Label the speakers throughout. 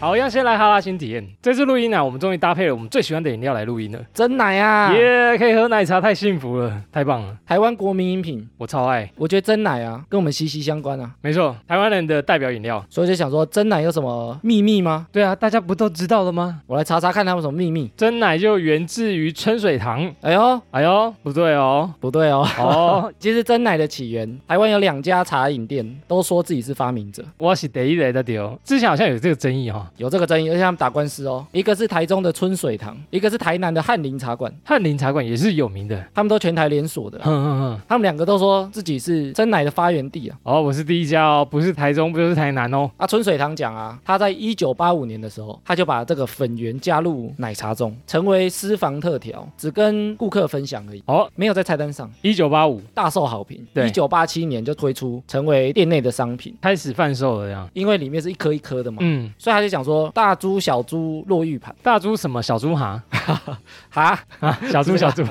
Speaker 1: 好，要先来哈拉新体验。这次录音啊呢、我们终于搭配了我们最喜欢的饮料来录音了，
Speaker 2: 真奶啊，
Speaker 1: 耶、可以喝奶茶，太幸福了，太棒了，
Speaker 2: 台湾国民饮品，
Speaker 1: 我超爱。
Speaker 2: 我觉得真奶啊跟我们息息相关啊，
Speaker 1: 没错，台湾人的代表饮料。
Speaker 2: 所以我就想说真奶有什么秘密吗？
Speaker 1: 对啊，大家不都知道了吗？
Speaker 2: 我来查查看它有什么秘密。
Speaker 1: 真奶就源自于春水堂。
Speaker 2: 哎呦，
Speaker 1: 哎呦，不对哦，
Speaker 2: 不对哦。
Speaker 1: 哦，
Speaker 2: 其实真奶的起源，台湾有两家茶饮店都说自己是发明者，
Speaker 1: 我是第一来的丢。之前好像有这个争议哈、哦，
Speaker 2: 有这个争议，而且他们打官司哦。一个是台中的春水堂，一个是台南的翰林茶馆，
Speaker 1: 翰林茶馆也是有名的。
Speaker 2: 他们都全台连锁的
Speaker 1: 哼。哼哼，
Speaker 2: 他们两个都说自己是真奶的发源地啊！
Speaker 1: 哦，我是第一家哦，不是台中，不就是台南哦。
Speaker 2: 啊，春水堂讲啊，他在一九八五年的时候，他就把这个粉源加入奶茶中，成为私房特调，只跟顾客分享而已，
Speaker 1: 哦，
Speaker 2: 没有在菜单上，
Speaker 1: 一九八五
Speaker 2: 大受好评。
Speaker 1: 对
Speaker 2: 一九八七年就推出，成为店内的商品，
Speaker 1: 开始贩售了这样。
Speaker 2: 因为里面是一颗一颗的嘛。
Speaker 1: 嗯，
Speaker 2: 所以他就讲说，大珠、小珠、落玉盘，
Speaker 1: 大猪什么小猪哈
Speaker 2: 哈，
Speaker 1: 啊， 小猪 小猪，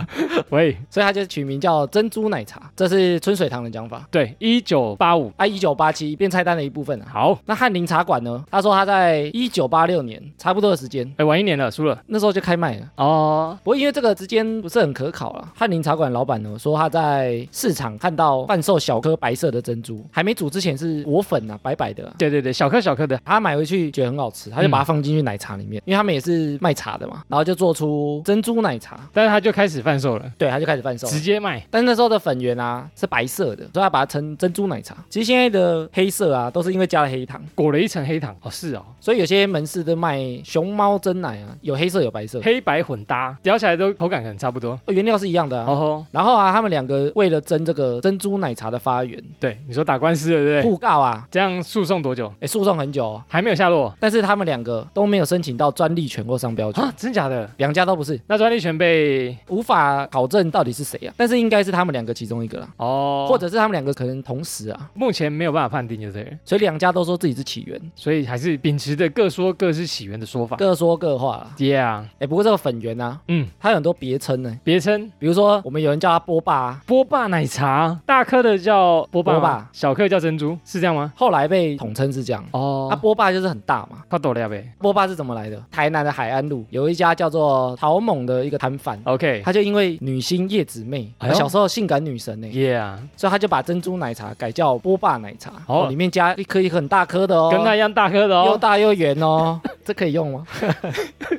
Speaker 1: 喂，
Speaker 2: 所以他就取名叫珍珠奶茶，这是春水堂的讲法。
Speaker 1: 对，一九八五，
Speaker 2: 啊，一九八七变菜单的一部分啊。
Speaker 1: 好，
Speaker 2: 那翰林茶馆呢？他说他在一九八六年差不多的时间，
Speaker 1: 哎，晚一年了，输了。
Speaker 2: 那时候就开卖了。
Speaker 1: 哦，
Speaker 2: 不过因为这个时间不是很可考啦，翰林茶馆老板呢说他在市场看到贩售小颗白色的珍珠，还没煮之前是果粉啊，白白的啊、
Speaker 1: 对对对，小颗小颗的，
Speaker 2: 他买回去觉得很好吃，他就把它放进去奶茶里面，因为他们也是卖茶的嘛，然后就做出珍珠奶茶，
Speaker 1: 但是他就开始贩售了，
Speaker 2: 对，他就开始贩售了。
Speaker 1: 直接卖。
Speaker 2: 但那时候的粉圆啊是白色的，所以他把它称珍珠奶茶。其实现在的黑色啊，都是因为加了黑糖，
Speaker 1: 裹了一层黑糖哦，是哦，
Speaker 2: 所以有些门市都卖熊猫真奶啊，有黑色有白色，
Speaker 1: 黑白混搭，嚼起来都口感可能差不多。
Speaker 2: 原料是一样的啊。
Speaker 1: 哦吼，
Speaker 2: 然后啊，他们两个为了争这个珍珠奶茶的发源，
Speaker 1: 对，你说打官司了，对不对？
Speaker 2: 互告啊，
Speaker 1: 这样诉讼多久？
Speaker 2: 哎，诉讼很久、哦，
Speaker 1: 还没有下落
Speaker 2: 但是他们两个都没有申请到专利权或商标权，
Speaker 1: 啊？真假的？
Speaker 2: 两家都不是，
Speaker 1: 那专利权被
Speaker 2: 无法考证到底是谁啊。但是应该是他们两个其中一个啦，
Speaker 1: 哦，
Speaker 2: 或者是他们两个可能同时啊，
Speaker 1: 目前没有办法判定，就对了。
Speaker 2: 所以两家都说自己是起源，
Speaker 1: 所以还是秉持着各说各是起源的说法。
Speaker 2: 各说各话啦。
Speaker 1: Yeah，
Speaker 2: 哎，不过这个粉圆啊，
Speaker 1: 嗯，
Speaker 2: 它有很多别称呢，
Speaker 1: 别称
Speaker 2: 比如说我们有人叫它波霸、啊，
Speaker 1: 波霸奶茶，大颗的叫波霸吗，
Speaker 2: 波霸
Speaker 1: 小颗的叫珍珠，是这样吗？
Speaker 2: 后来被统称是这样。
Speaker 1: 哦
Speaker 2: 它、，波霸就是很大嘛，
Speaker 1: 快抖了呀呗。
Speaker 2: 波霸是怎么来的？台南的海岸路有一家叫做陶猛的一个摊贩，
Speaker 1: OK，
Speaker 2: 他就因为女星叶子妹，
Speaker 1: 哦哎呦
Speaker 2: 小时候性感女神呢、
Speaker 1: Yeah，
Speaker 2: 所以他就把珍珠奶茶改叫波霸奶茶，
Speaker 1: 哦
Speaker 2: 哦，里面加一颗一颗很大颗的哦，
Speaker 1: 跟它一样大颗的
Speaker 2: 又
Speaker 1: 哦，
Speaker 2: 大又圆 哦，这可以用吗？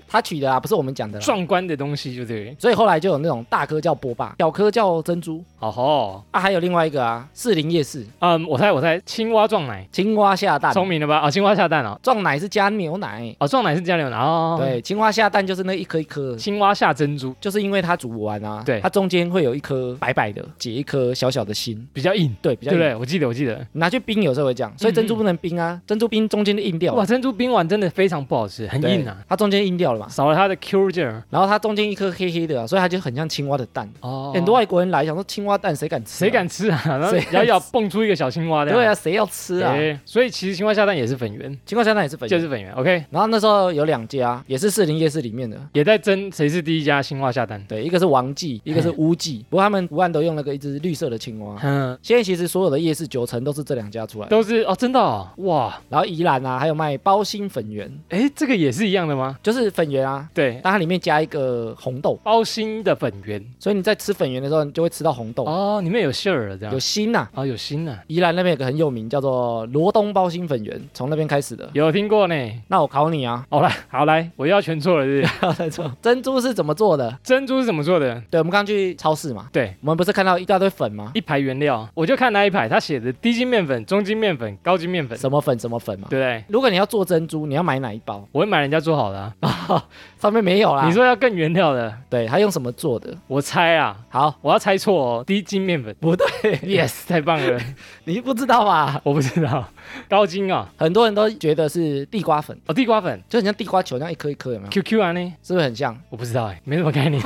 Speaker 2: 他取的啊，不是我们讲的啦。
Speaker 1: 壮观的东西就对了。
Speaker 2: 所以后来就有那种大颗叫波霸，小颗叫珍珠
Speaker 1: 哦吼，
Speaker 2: 啊，还有另外一个啊，士林夜市
Speaker 1: 嗯，我猜我猜，青蛙撞奶，
Speaker 2: 青蛙下蛋，
Speaker 1: 聪明了吧？啊，青蛙下蛋哦，
Speaker 2: 撞奶是加牛奶，
Speaker 1: 哦，撞奶是加牛奶哦，，
Speaker 2: 对，青蛙下蛋就是那一颗一颗的。
Speaker 1: 青蛙下珍珠
Speaker 2: 就是因为它煮完啊，
Speaker 1: 对
Speaker 2: 它中间会有一颗白白的，结一颗小小的心，
Speaker 1: 比较硬，
Speaker 2: 对，比
Speaker 1: 对
Speaker 2: 较
Speaker 1: 不
Speaker 2: 硬
Speaker 1: 对？我记得我记得，
Speaker 2: 拿去冰有时候会这样，所以珍珠不能冰啊，珍珠冰中间就硬掉了
Speaker 1: 哇，，珍珠冰丸真的非常不好吃，很
Speaker 2: 对
Speaker 1: 硬啊，，
Speaker 2: 它中间硬掉了嘛，
Speaker 1: 少了它的 Q 劲儿
Speaker 2: 然后它中间一颗黑黑的啊，所以它就很像青蛙的蛋。
Speaker 1: 哦，
Speaker 2: 很多外国人来想说青蛙蛋谁敢吃、
Speaker 1: 谁？敢吃啊？然后
Speaker 2: 谁
Speaker 1: 咬
Speaker 2: 敢
Speaker 1: 一咬蹦出一个小青蛙的，
Speaker 2: 对啊，谁要吃啊？
Speaker 1: 哎所以其实青蛙下蛋也是粉圆，
Speaker 2: 青蛙小蛋也是粉
Speaker 1: 就
Speaker 2: 圆。
Speaker 1: 是粉圆，OK，
Speaker 2: 然后那时候有两家，也是士林夜市里面的，
Speaker 1: 也在争谁是第一家青蛙下蛋。
Speaker 2: 对，一个是王记，一个是乌记，不过他们图案都用那个一只绿色的青 蛙。
Speaker 1: 嗯，
Speaker 2: 现在其实所有的夜市九成都是这两家出来的，
Speaker 1: 都是哦，真的哦，哇，
Speaker 2: 然后宜兰啊，还有卖包心粉圆，
Speaker 1: 哎，这个也是一样的吗？
Speaker 2: 就是粉圆啊，
Speaker 1: 对，
Speaker 2: 但它里面加一个红豆，
Speaker 1: 包心的粉圆
Speaker 2: 所以你在吃粉圆的时候，你就会吃到红豆，
Speaker 1: 哦，里面有馅儿了这样
Speaker 2: 有，心呐、
Speaker 1: 哦，有心啊，
Speaker 2: 宜兰那边有个很有名，叫做罗东包心粉圆，从那边开始的。
Speaker 1: 有听过呢。
Speaker 2: 那我考你啊，
Speaker 1: 好来， 好来，我又要全错了 是不 是
Speaker 2: 珍珠是怎么做的？
Speaker 1: 珍珠是怎么做的？
Speaker 2: 对，我们刚刚去超市嘛，
Speaker 1: 对，
Speaker 2: 我们不是看到一大堆粉吗？
Speaker 1: 一排原料，我就看那一排，它写的低筋面粉、中筋面粉、高筋面粉，
Speaker 2: 什么粉什么粉嘛。
Speaker 1: 对不对？
Speaker 2: 如果你要做珍珠，你要买哪一包？
Speaker 1: 我会买人家做好的、啊。
Speaker 2: 上面没有啦。
Speaker 1: 你说要更原料的，
Speaker 2: 对，它用什么做的？
Speaker 1: 我猜啊，
Speaker 2: 好，
Speaker 1: 我要猜错哦，低筋面粉。
Speaker 2: 不对
Speaker 1: Yes，太棒了，
Speaker 2: 你不知道吧？
Speaker 1: 我不知道，高筋啊、
Speaker 2: 很多人都觉得是地瓜粉，
Speaker 1: 哦，地瓜粉
Speaker 2: 就很像地瓜球那样一颗一颗，有没有？
Speaker 1: QQ 啊呢？
Speaker 2: 是不是很像？
Speaker 1: 我不知道哎，没什么 概念。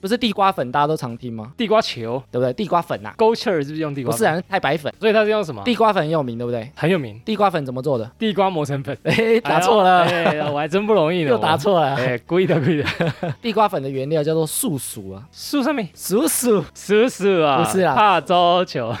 Speaker 2: 不是地瓜粉，大家都常听吗？
Speaker 1: 地瓜球
Speaker 2: 对不对？地瓜粉呐、啊
Speaker 1: 勾芡儿是不是用地瓜
Speaker 2: 不
Speaker 1: 粉？啊
Speaker 2: 是啊，太白粉。
Speaker 1: 所以它是用什么？
Speaker 2: 地瓜粉很有名，对不对？
Speaker 1: 很有名，
Speaker 2: 地瓜粉怎么做的？
Speaker 1: 地瓜磨成粉。
Speaker 2: 哎，打错了，
Speaker 1: 哎呦，哎我还真不容易呢，
Speaker 2: 又打
Speaker 1: 我。
Speaker 2: 错了。
Speaker 1: 哎，故意的，故 意的。
Speaker 2: 地瓜粉的原料叫做素薯啊，
Speaker 1: 树上面
Speaker 2: 薯薯、
Speaker 1: 叔叔啊，
Speaker 2: 不是啊
Speaker 1: 怕招球，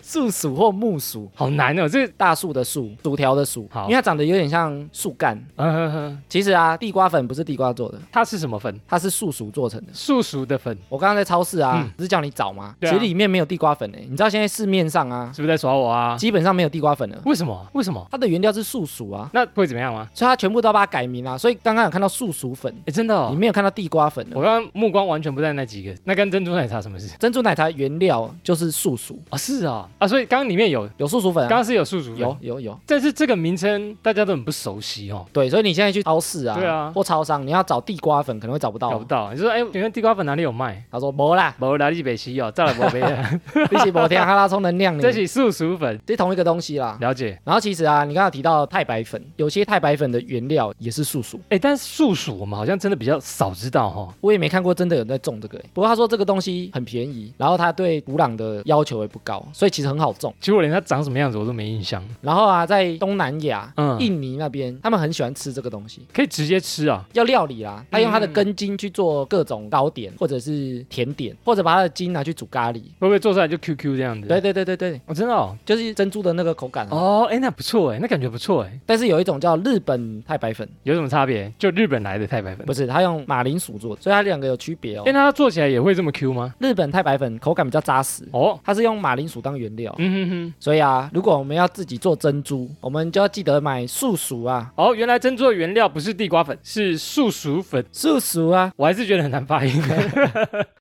Speaker 2: 素薯或木薯，树，
Speaker 1: 好难哦，这
Speaker 2: 大树的树，薯条的薯，
Speaker 1: 好
Speaker 2: 因为它长得有点像树干。
Speaker 1: 嗯哼哼，
Speaker 2: 其实啊，地瓜粉不是地瓜做的，
Speaker 1: 它是什么粉？
Speaker 2: 它是树薯做成的。
Speaker 1: 素熟的粉，
Speaker 2: 我刚刚在超市啊，
Speaker 1: 嗯
Speaker 2: 不是叫你找吗？
Speaker 1: 对啊
Speaker 2: 其实里面没有地瓜粉诶、欸你知道现在市面上啊，
Speaker 1: 是不是在耍我啊？
Speaker 2: 基本上没有地瓜粉了，
Speaker 1: 为什么？为什么？
Speaker 2: 它的原料是树薯啊，
Speaker 1: 那会怎么样吗？
Speaker 2: 所以它全部都要把它改名啊。所以刚刚有看到树薯粉，
Speaker 1: 哎，真的哦，
Speaker 2: 你没有看到地瓜粉了。
Speaker 1: 我刚刚目光完全不在那几个，那跟珍珠奶茶什么事？
Speaker 2: 珍珠奶茶原料就是树薯，
Speaker 1: 哦，是啊，啊，所以刚刚里面有，
Speaker 2: 有树薯粉
Speaker 1: 刚
Speaker 2: 啊，
Speaker 1: 刚是有素熟粉
Speaker 2: 有，有有。
Speaker 1: 但是这个名称大家都很不熟悉哦，
Speaker 2: 对，所以你现在去超市啊，
Speaker 1: 对啊
Speaker 2: 或超商，你要找地瓜粉可能会找不
Speaker 1: 搞
Speaker 2: 到啊
Speaker 1: 不。到。你就说，哎，请问地瓜粉哪里有卖？
Speaker 2: 他说没啦，
Speaker 1: 无啦，你北西哦，再来无 呗，
Speaker 2: 你是摩天哈拉充能 量呢，
Speaker 1: 这是素熟粉，
Speaker 2: 这同一个东西啦。
Speaker 1: 了解。
Speaker 2: 然后其实啊，你刚刚有提到太白粉，有些太白粉的原料也是树薯，
Speaker 1: 哎，但是素熟我们好像真的比较少知道哈。
Speaker 2: 我也没看过真的有人在种这个欸、不过他说这个东西很便宜，然后他对土壤的要求也不高，所以其实很好种。
Speaker 1: 其实我连它长什么样子我都没印象，
Speaker 2: 然后啊，在东南亚、
Speaker 1: 嗯
Speaker 2: 印尼那边，他们很喜欢吃这个东西，
Speaker 1: 可以直接吃啊。
Speaker 2: 要料理啦。他用它的
Speaker 1: 嗯
Speaker 2: 根茎去做各种糕点，或者是甜点，或者把它的茎拿去煮咖喱。
Speaker 1: 会不会做出来就 QQ 这样子？
Speaker 2: 对，对对对对，
Speaker 1: 哦，真的哦。
Speaker 2: 就是珍珠的那个口感、啊。
Speaker 1: 哦，哎，那不错哎，那感觉不错哎。
Speaker 2: 但是有一种叫日本太白粉，
Speaker 1: 有什么差别？就日本来的太白粉
Speaker 2: 不。是它用马铃薯做的，所以它两个有区别哦
Speaker 1: 哎，。那它做起来也会这么 Q 吗？
Speaker 2: 日本太白粉口感比较扎实，
Speaker 1: 哦，
Speaker 2: 它是用马铃薯当原料。
Speaker 1: 嗯哼哼。
Speaker 2: 所以啊，如果我们要自己做珍珠，我们就要记得买素薯啊，
Speaker 1: 哦，原来珍珠的原料不是地瓜粉，是素薯粉。
Speaker 2: 素薯啊。
Speaker 1: 我还是觉得很难发音。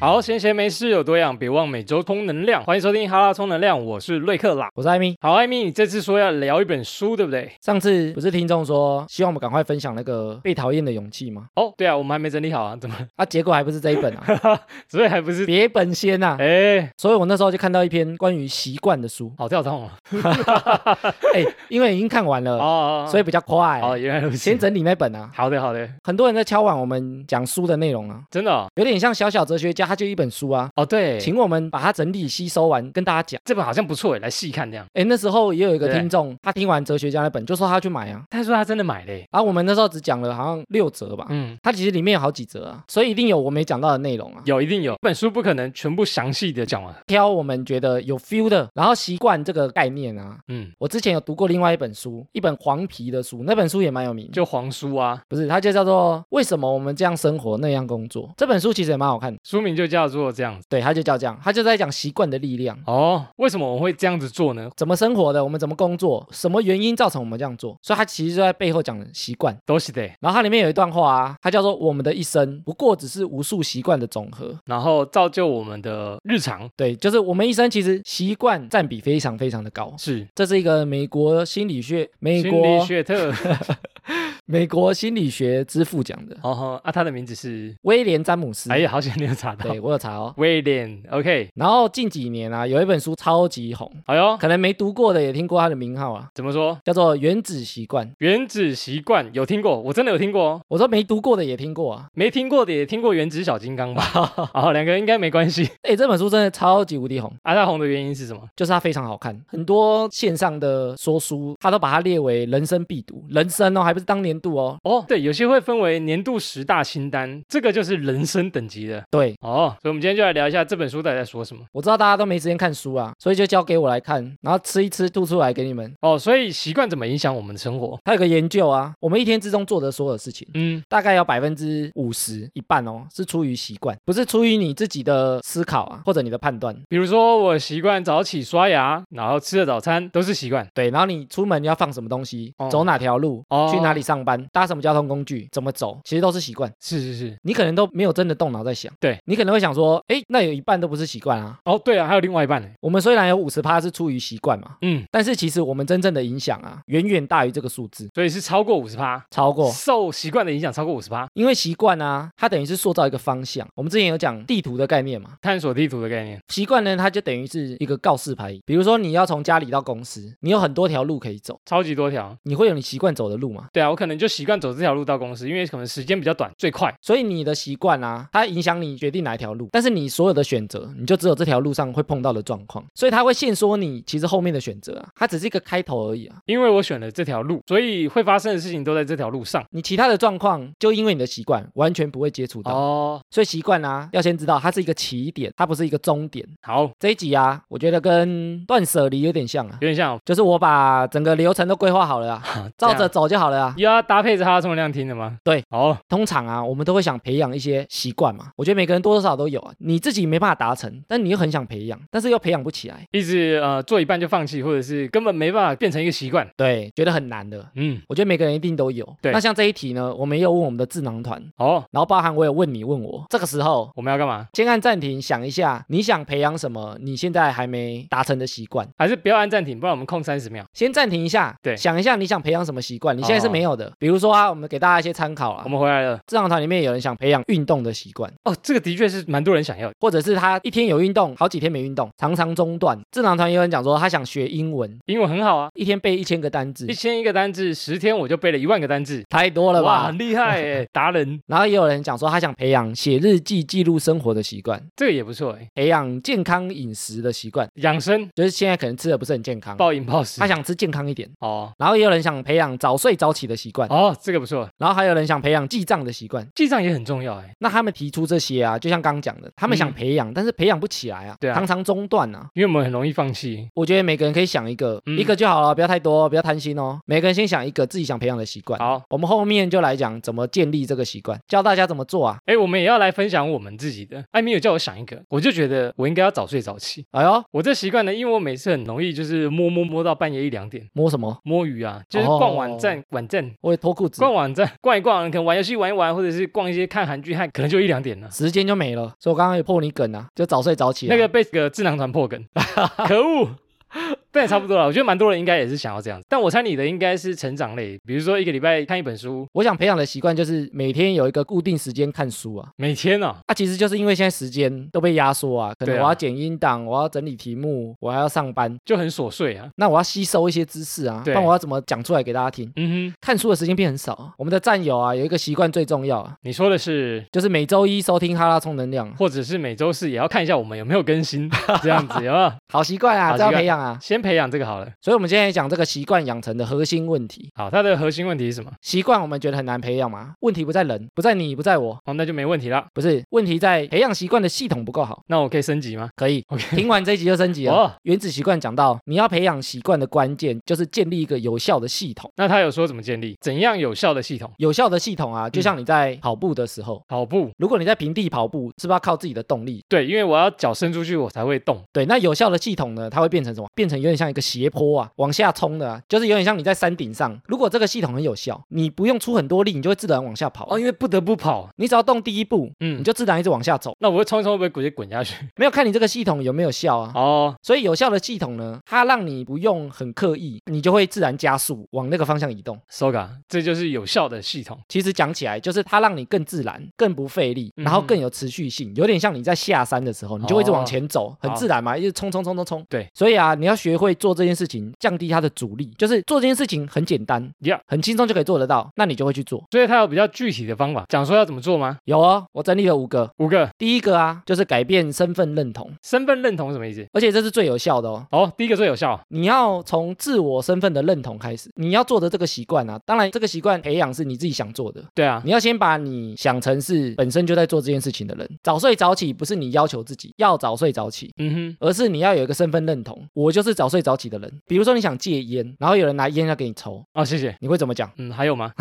Speaker 1: 好，闲闲没事有多样，别忘每周充能量。欢迎收听哈拉充能量，我是瑞克啦。
Speaker 2: 我是艾米，
Speaker 1: 好，艾米，你这次说要聊一本书，对不对？
Speaker 2: 上次不是听众说希望我们赶快分享那个被讨厌的勇气吗？
Speaker 1: 哦，对啊，我们还没整理好啊，怎么？
Speaker 2: 啊，结果还不是这一本 啊，
Speaker 1: 所以还不是？
Speaker 2: 别本先呐、啊。
Speaker 1: 哎，，
Speaker 2: 所以我那时候就看到一篇关于习惯的书
Speaker 1: 好跳痛啊！
Speaker 2: 哎、因为已经看完
Speaker 1: 哦
Speaker 2: 了，
Speaker 1: 哦，哦
Speaker 2: 所以比较快、啊
Speaker 1: 哦，原来如此
Speaker 2: 先。整理那本啊。
Speaker 1: 好的，好的，
Speaker 2: 很多人在敲碗我们讲书的内容啊，
Speaker 1: 真的哦，
Speaker 2: 有点像小小哲学家，他就一本书啊，
Speaker 1: 哦对，
Speaker 2: 请我们把它整理吸收完跟大家讲。
Speaker 1: 这本好像不错诶，来细看这样。
Speaker 2: 哎，那时候也有一个
Speaker 1: 对
Speaker 2: 听众，他听完哲学家那本就说他要去买啊，
Speaker 1: 他说他真的买嘞，
Speaker 2: 然后我们那时候只讲了好像六折吧，
Speaker 1: 嗯，
Speaker 2: 它其实里面有好几折啊，所以一定有我没讲到的内容啊。
Speaker 1: 有一定有，本书不可能全部详细的讲完，
Speaker 2: 挑我们觉得有 feel 的，然后习惯这个概念啊。
Speaker 1: 嗯，
Speaker 2: 我之前有读过另外一本书，一本黄皮的书，那本书也蛮有名，
Speaker 1: 就黄书啊，
Speaker 2: 不是，它就叫做《为什么我们这样生活那样工作》。这本书其实也蛮好看的，
Speaker 1: 书名就叫做这样子。
Speaker 2: 对，它就叫这样，它就在讲习惯的力量。
Speaker 1: 哦，为什么我会这样子做呢？
Speaker 2: 怎么生活的，我们怎么工作，什么原因造成我们这样做？所以它其实就在背后讲习惯。
Speaker 1: 都是的。
Speaker 2: 然后它里面有一段话啊，它叫做“我们的一生不过只是无数习惯的总和
Speaker 1: 然后造就我们的日常”。
Speaker 2: 对，就是我们一生其实习惯占比非常非常的高。
Speaker 1: 是
Speaker 2: 这是一个美国心理学，美
Speaker 1: 心理
Speaker 2: 国
Speaker 1: 学特。
Speaker 2: 美国心理学之父讲的，
Speaker 1: 哦吼啊，他的名字 是，
Speaker 2: 威廉詹姆斯。
Speaker 1: 哎呀，好险你有查到
Speaker 2: 对。我有查哦。
Speaker 1: 威廉，OK，
Speaker 2: 然后近几年啊，有一本书超级红，
Speaker 1: 哎呦，
Speaker 2: 可能没读过的也听过它的名号啊，
Speaker 1: 怎么说？
Speaker 2: 叫做《原子习惯》。
Speaker 1: 原子习惯有听过，我真的有听过哦，
Speaker 2: 我说没读过的也听过啊。
Speaker 1: 没听过的也听过原子小金刚 吧？哦，两个应该没关系。
Speaker 2: 哎，这本书真的超级无敌红，
Speaker 1: 啊，它红的原因是什么？
Speaker 2: 就是它非常好看，很多线上的说书，它都把它列为人生必读，人生哦，还不是当年度哦。
Speaker 1: 哦，对，有些会分为年度十大新单，这个就是人生等级的
Speaker 2: 对
Speaker 1: 哦。所以，我们今天就来聊一下这本书到底在说什么。
Speaker 2: 我知道大家都没时间看书啊，所以就交给我来看，然后吃一吃吐出来给你们。
Speaker 1: 哦，所以习惯怎么影响我们的生活？
Speaker 2: 它有个研究啊，我们一天之中做的所有事情，
Speaker 1: 嗯，
Speaker 2: 大概有百分之五十一半哦，是出于习惯，不是出于你自己的思考啊，或者你的判断。
Speaker 1: 比如说我习惯早起刷牙，然后吃的早餐都是习惯。
Speaker 2: 对，然后你出门要放什么东西，
Speaker 1: 哦
Speaker 2: 走哪条路，
Speaker 1: 哦
Speaker 2: 去哪里上班，搭什么交通工具，怎么走，其实都是习惯。
Speaker 1: 是是是。
Speaker 2: 你可能都没有真的动脑在想，
Speaker 1: 对
Speaker 2: 你可能会想说，哎，那有一半都不是习惯啊。
Speaker 1: 哦，对啊，还有另外一半呢。
Speaker 2: 我们虽然有五十趴是出于习惯嘛，
Speaker 1: 嗯，
Speaker 2: 但是其实我们真正的影响啊，远远大于这个数字，
Speaker 1: 所以是超过五十趴，
Speaker 2: 超过。
Speaker 1: 受习惯的影响超过五十趴。
Speaker 2: 因为习惯啊，它等于是塑造一个方向。我们之前有讲地图的概念嘛，
Speaker 1: 探索地图的概念。
Speaker 2: 习惯呢，它就等于是一个告示牌。比如说，你要从家里到公司，你有很多条路可以走，
Speaker 1: 超级多条，
Speaker 2: 你会有你习惯走的路嘛？
Speaker 1: 对啊，我可能人就习惯走这条路到公司，因为可能时间比较短，最快。
Speaker 2: 所以你的习惯啊，它影响你决定哪一条路，但是你所有的选择，你就只有这条路上会碰到的状况，所以它会限缩你其实后面的选择啊，它只是一个开头而已啊，
Speaker 1: 因为我选了这条路，所以会发生的事情都在这条路上。
Speaker 2: 你其他的状况就因为你的习惯完全不会接触到，
Speaker 1: 哦，
Speaker 2: 所以习惯啊，要先知道它是一个起点，它不是一个终点。
Speaker 1: 好，
Speaker 2: 这一集啊，我觉得跟断舍离有点像啊，
Speaker 1: 有点像哦
Speaker 2: 就是我把整个流程都规划好了啊，照
Speaker 1: 这
Speaker 2: 着
Speaker 1: 样
Speaker 2: 走就好了啊。
Speaker 1: 又要搭配着哈拉充能量听的吗？
Speaker 2: 对，
Speaker 1: 好，
Speaker 2: 通常啊，我们都会想培养一些习惯嘛。我觉得每个人多多少少都有啊，你自己没办法达成，但你又很想培养，但是又培养不起来，
Speaker 1: 一直呃做一半就放弃，或者是根本没办法变成一个习惯。
Speaker 2: 对，觉得很难的。
Speaker 1: 嗯，
Speaker 2: 我觉得每个人一定都有。
Speaker 1: 对
Speaker 2: 那像这一题呢，我们也有问我们的智囊团，
Speaker 1: 好，
Speaker 2: 然后包含我有问你问我，这个时候
Speaker 1: 我们要干嘛？
Speaker 2: 先按暂停，想一下你想培养什么，你现在还没达成的习惯，
Speaker 1: 还是不要按暂停，不然我们空三十秒。
Speaker 2: 先暂停一下，
Speaker 1: 对
Speaker 2: 想一下你想培养什么习惯，你现在是
Speaker 1: 哦
Speaker 2: 没有的。比如说啊，我们给大家一些参考啊
Speaker 1: 我。们回来了。
Speaker 2: 智囊团里面有人想培养运动的习惯，
Speaker 1: 哦，这个的确是蛮多人想要的。
Speaker 2: 或者是他一天有运动，好几天没运动，常常中断。智囊团有人讲说，他想学英文，
Speaker 1: 英文很好啊，
Speaker 2: 一天背一千个单字
Speaker 1: 一，千一个单字，十天我就背了一万个单字，
Speaker 2: 太多嗯了
Speaker 1: 哇，
Speaker 2: 吧
Speaker 1: 很？厉害 耶，达人，
Speaker 2: 然后也有人讲说，他想培养写日记、记录生活的习惯，
Speaker 1: 这个也不错哎。
Speaker 2: 培养健康饮食的习惯，
Speaker 1: 养生，
Speaker 2: 就是现在可能吃的不是很健康，
Speaker 1: 暴饮暴食
Speaker 2: 他。想吃健康一点。
Speaker 1: 哦，
Speaker 2: 然后也有人想培养早睡早起的习惯，
Speaker 1: 哦，这个不错，
Speaker 2: 然后还有人想培养记账的习惯。
Speaker 1: 记账也很重要哎。
Speaker 2: 那他们提出这些啊，就像刚刚讲的，他们想
Speaker 1: 嗯
Speaker 2: 培养，但是培养不起来啊，
Speaker 1: 对啊
Speaker 2: 常常中断啊。
Speaker 1: 因为我们很容易放弃，
Speaker 2: 我觉得每个人可以想一个，
Speaker 1: 嗯
Speaker 2: 一个就好了，不要太多，不要贪心哦。每个人先想一个自己想培养的习惯。
Speaker 1: 好，
Speaker 2: 我们后面就来讲怎么建立这个习惯，教大家怎么做啊。
Speaker 1: 哎，我们也要来分享我们自己的。艾米有叫我想一个，我就觉得我应该要早睡早起。
Speaker 2: 哎呦，
Speaker 1: 我这习惯呢，因为我每次很容易就是摸摸摸到半夜一两点
Speaker 2: 摸什么？
Speaker 1: 摸鱼啊，就是
Speaker 2: 哦
Speaker 1: 逛网站、网站。
Speaker 2: 我也脱裤子，
Speaker 1: 逛网站逛一逛，可能玩游戏玩一玩，或者是逛一些看韩剧，看可能就一两点了。
Speaker 2: 时间就没了。所以我刚刚也破你梗啊，就早睡早起啊。
Speaker 1: 那个被个智囊团破 梗，可恶！但也差不多了，我觉得蛮多人应该也是想要这样子。但我猜你的应该是成长类，比如说一个礼拜看一本书，
Speaker 2: 我想培养的习惯就是每天有一个固定时间看书啊。
Speaker 1: 每天哦，
Speaker 2: 啊，其实就是因为现在时间都被压缩啊，可能
Speaker 1: 对啊
Speaker 2: 我要剪音档，我要整理题目，我还要上班，
Speaker 1: 就很琐碎啊。
Speaker 2: 那我要吸收一些知识啊，不
Speaker 1: 对
Speaker 2: 然我要怎么讲出来给大家听？
Speaker 1: 嗯哼，
Speaker 2: 看书的时间变很少啊。我们的战友啊，有一个习惯最重要啊，
Speaker 1: 你说的是，
Speaker 2: 就是每周一收听哈拉充能量，啊
Speaker 1: 或者是每周四也要看一下我们有没有更新，这样子有没有？
Speaker 2: 好习惯啊，
Speaker 1: 好
Speaker 2: 这要
Speaker 1: 习惯
Speaker 2: 培养啊。
Speaker 1: 先培养这个好了。
Speaker 2: 所以，我们今天也讲这个习惯养成的核心问题。
Speaker 1: 好，它的核心问题是什么？
Speaker 2: 习惯我们觉得很难培养嘛，问题不在人，不在你，不在我，
Speaker 1: 哦，那就没问题啦。
Speaker 2: 不是问题在培养习惯的系统不够好。
Speaker 1: 那我可以升级吗？
Speaker 2: 可以
Speaker 1: OK
Speaker 2: 听完这一集就升级了。
Speaker 1: 哦，
Speaker 2: 原子习惯讲到，你要培养习惯的关键就是建立一个有效的系统。
Speaker 1: 那他有说怎么建立，怎样有效的系统？
Speaker 2: 有效的系统
Speaker 1: 嗯
Speaker 2: 啊，就像你在跑步的时候，
Speaker 1: 跑步，
Speaker 2: 如果你在平地跑步，是不是要靠自己的动力？
Speaker 1: 对，因为我要脚伸出去，我才会动。
Speaker 2: 对，那有效的系统呢，它会变成什么？变成有点像一个斜坡啊，往下冲的、啊，就是有点像你在山顶上。如果这个系统很有效，你不用出很多力，你就会自然往下跑。啊
Speaker 1: 哦，因为不得不跑。
Speaker 2: 你只要动第一步，你
Speaker 1: 嗯，
Speaker 2: 就自然一直往下走，
Speaker 1: 那我会冲一冲，会不会直接滚下去？
Speaker 2: 没有看你这个系统有没有效啊。
Speaker 1: 哦，
Speaker 2: 所以有效的系统呢，它让你不用很刻意，你就会自然加速往那个方向移动。
Speaker 1: Soga，这就是有效的系统。
Speaker 2: 其实讲起来，就是它让你更自然、更不费力，然
Speaker 1: 嗯
Speaker 2: 后
Speaker 1: 哼哦
Speaker 2: 更有持续性，有点像你在下山的时候，你就会一直往前走，很
Speaker 1: 好
Speaker 2: 自然嘛，一直冲冲冲冲冲。
Speaker 1: 对，
Speaker 2: 所以啊，你要学会做这件事情，降低它的阻力，就是做这件事情很简单
Speaker 1: Yeah
Speaker 2: 很轻松就可以做得到，那你就会去做。
Speaker 1: 所以它有比较具体的方法，讲说要怎么做吗？
Speaker 2: 有哦，我整理了五个。
Speaker 1: 五个
Speaker 2: 第一个啊，就是改变身份认同，
Speaker 1: 身份认同什么意思？
Speaker 2: 而且这是最有效的哦。
Speaker 1: 哦，第一个最有效，
Speaker 2: 你要从自我身份的认同开始，你要做的这个习惯啊，当然这个习惯培养是你自己想做的，
Speaker 1: 对啊，
Speaker 2: 你要先把你想成是本身就在做这件事情的人。早睡早起不是你要求自己要早睡早起。
Speaker 1: 嗯哼，
Speaker 2: 而是你要有一个身份认同，我就是早睡早起的人。比如说你想戒烟，然后有人拿烟要给你抽，
Speaker 1: 哦，谢谢。
Speaker 2: 你会怎么讲？
Speaker 1: 嗯，还有吗？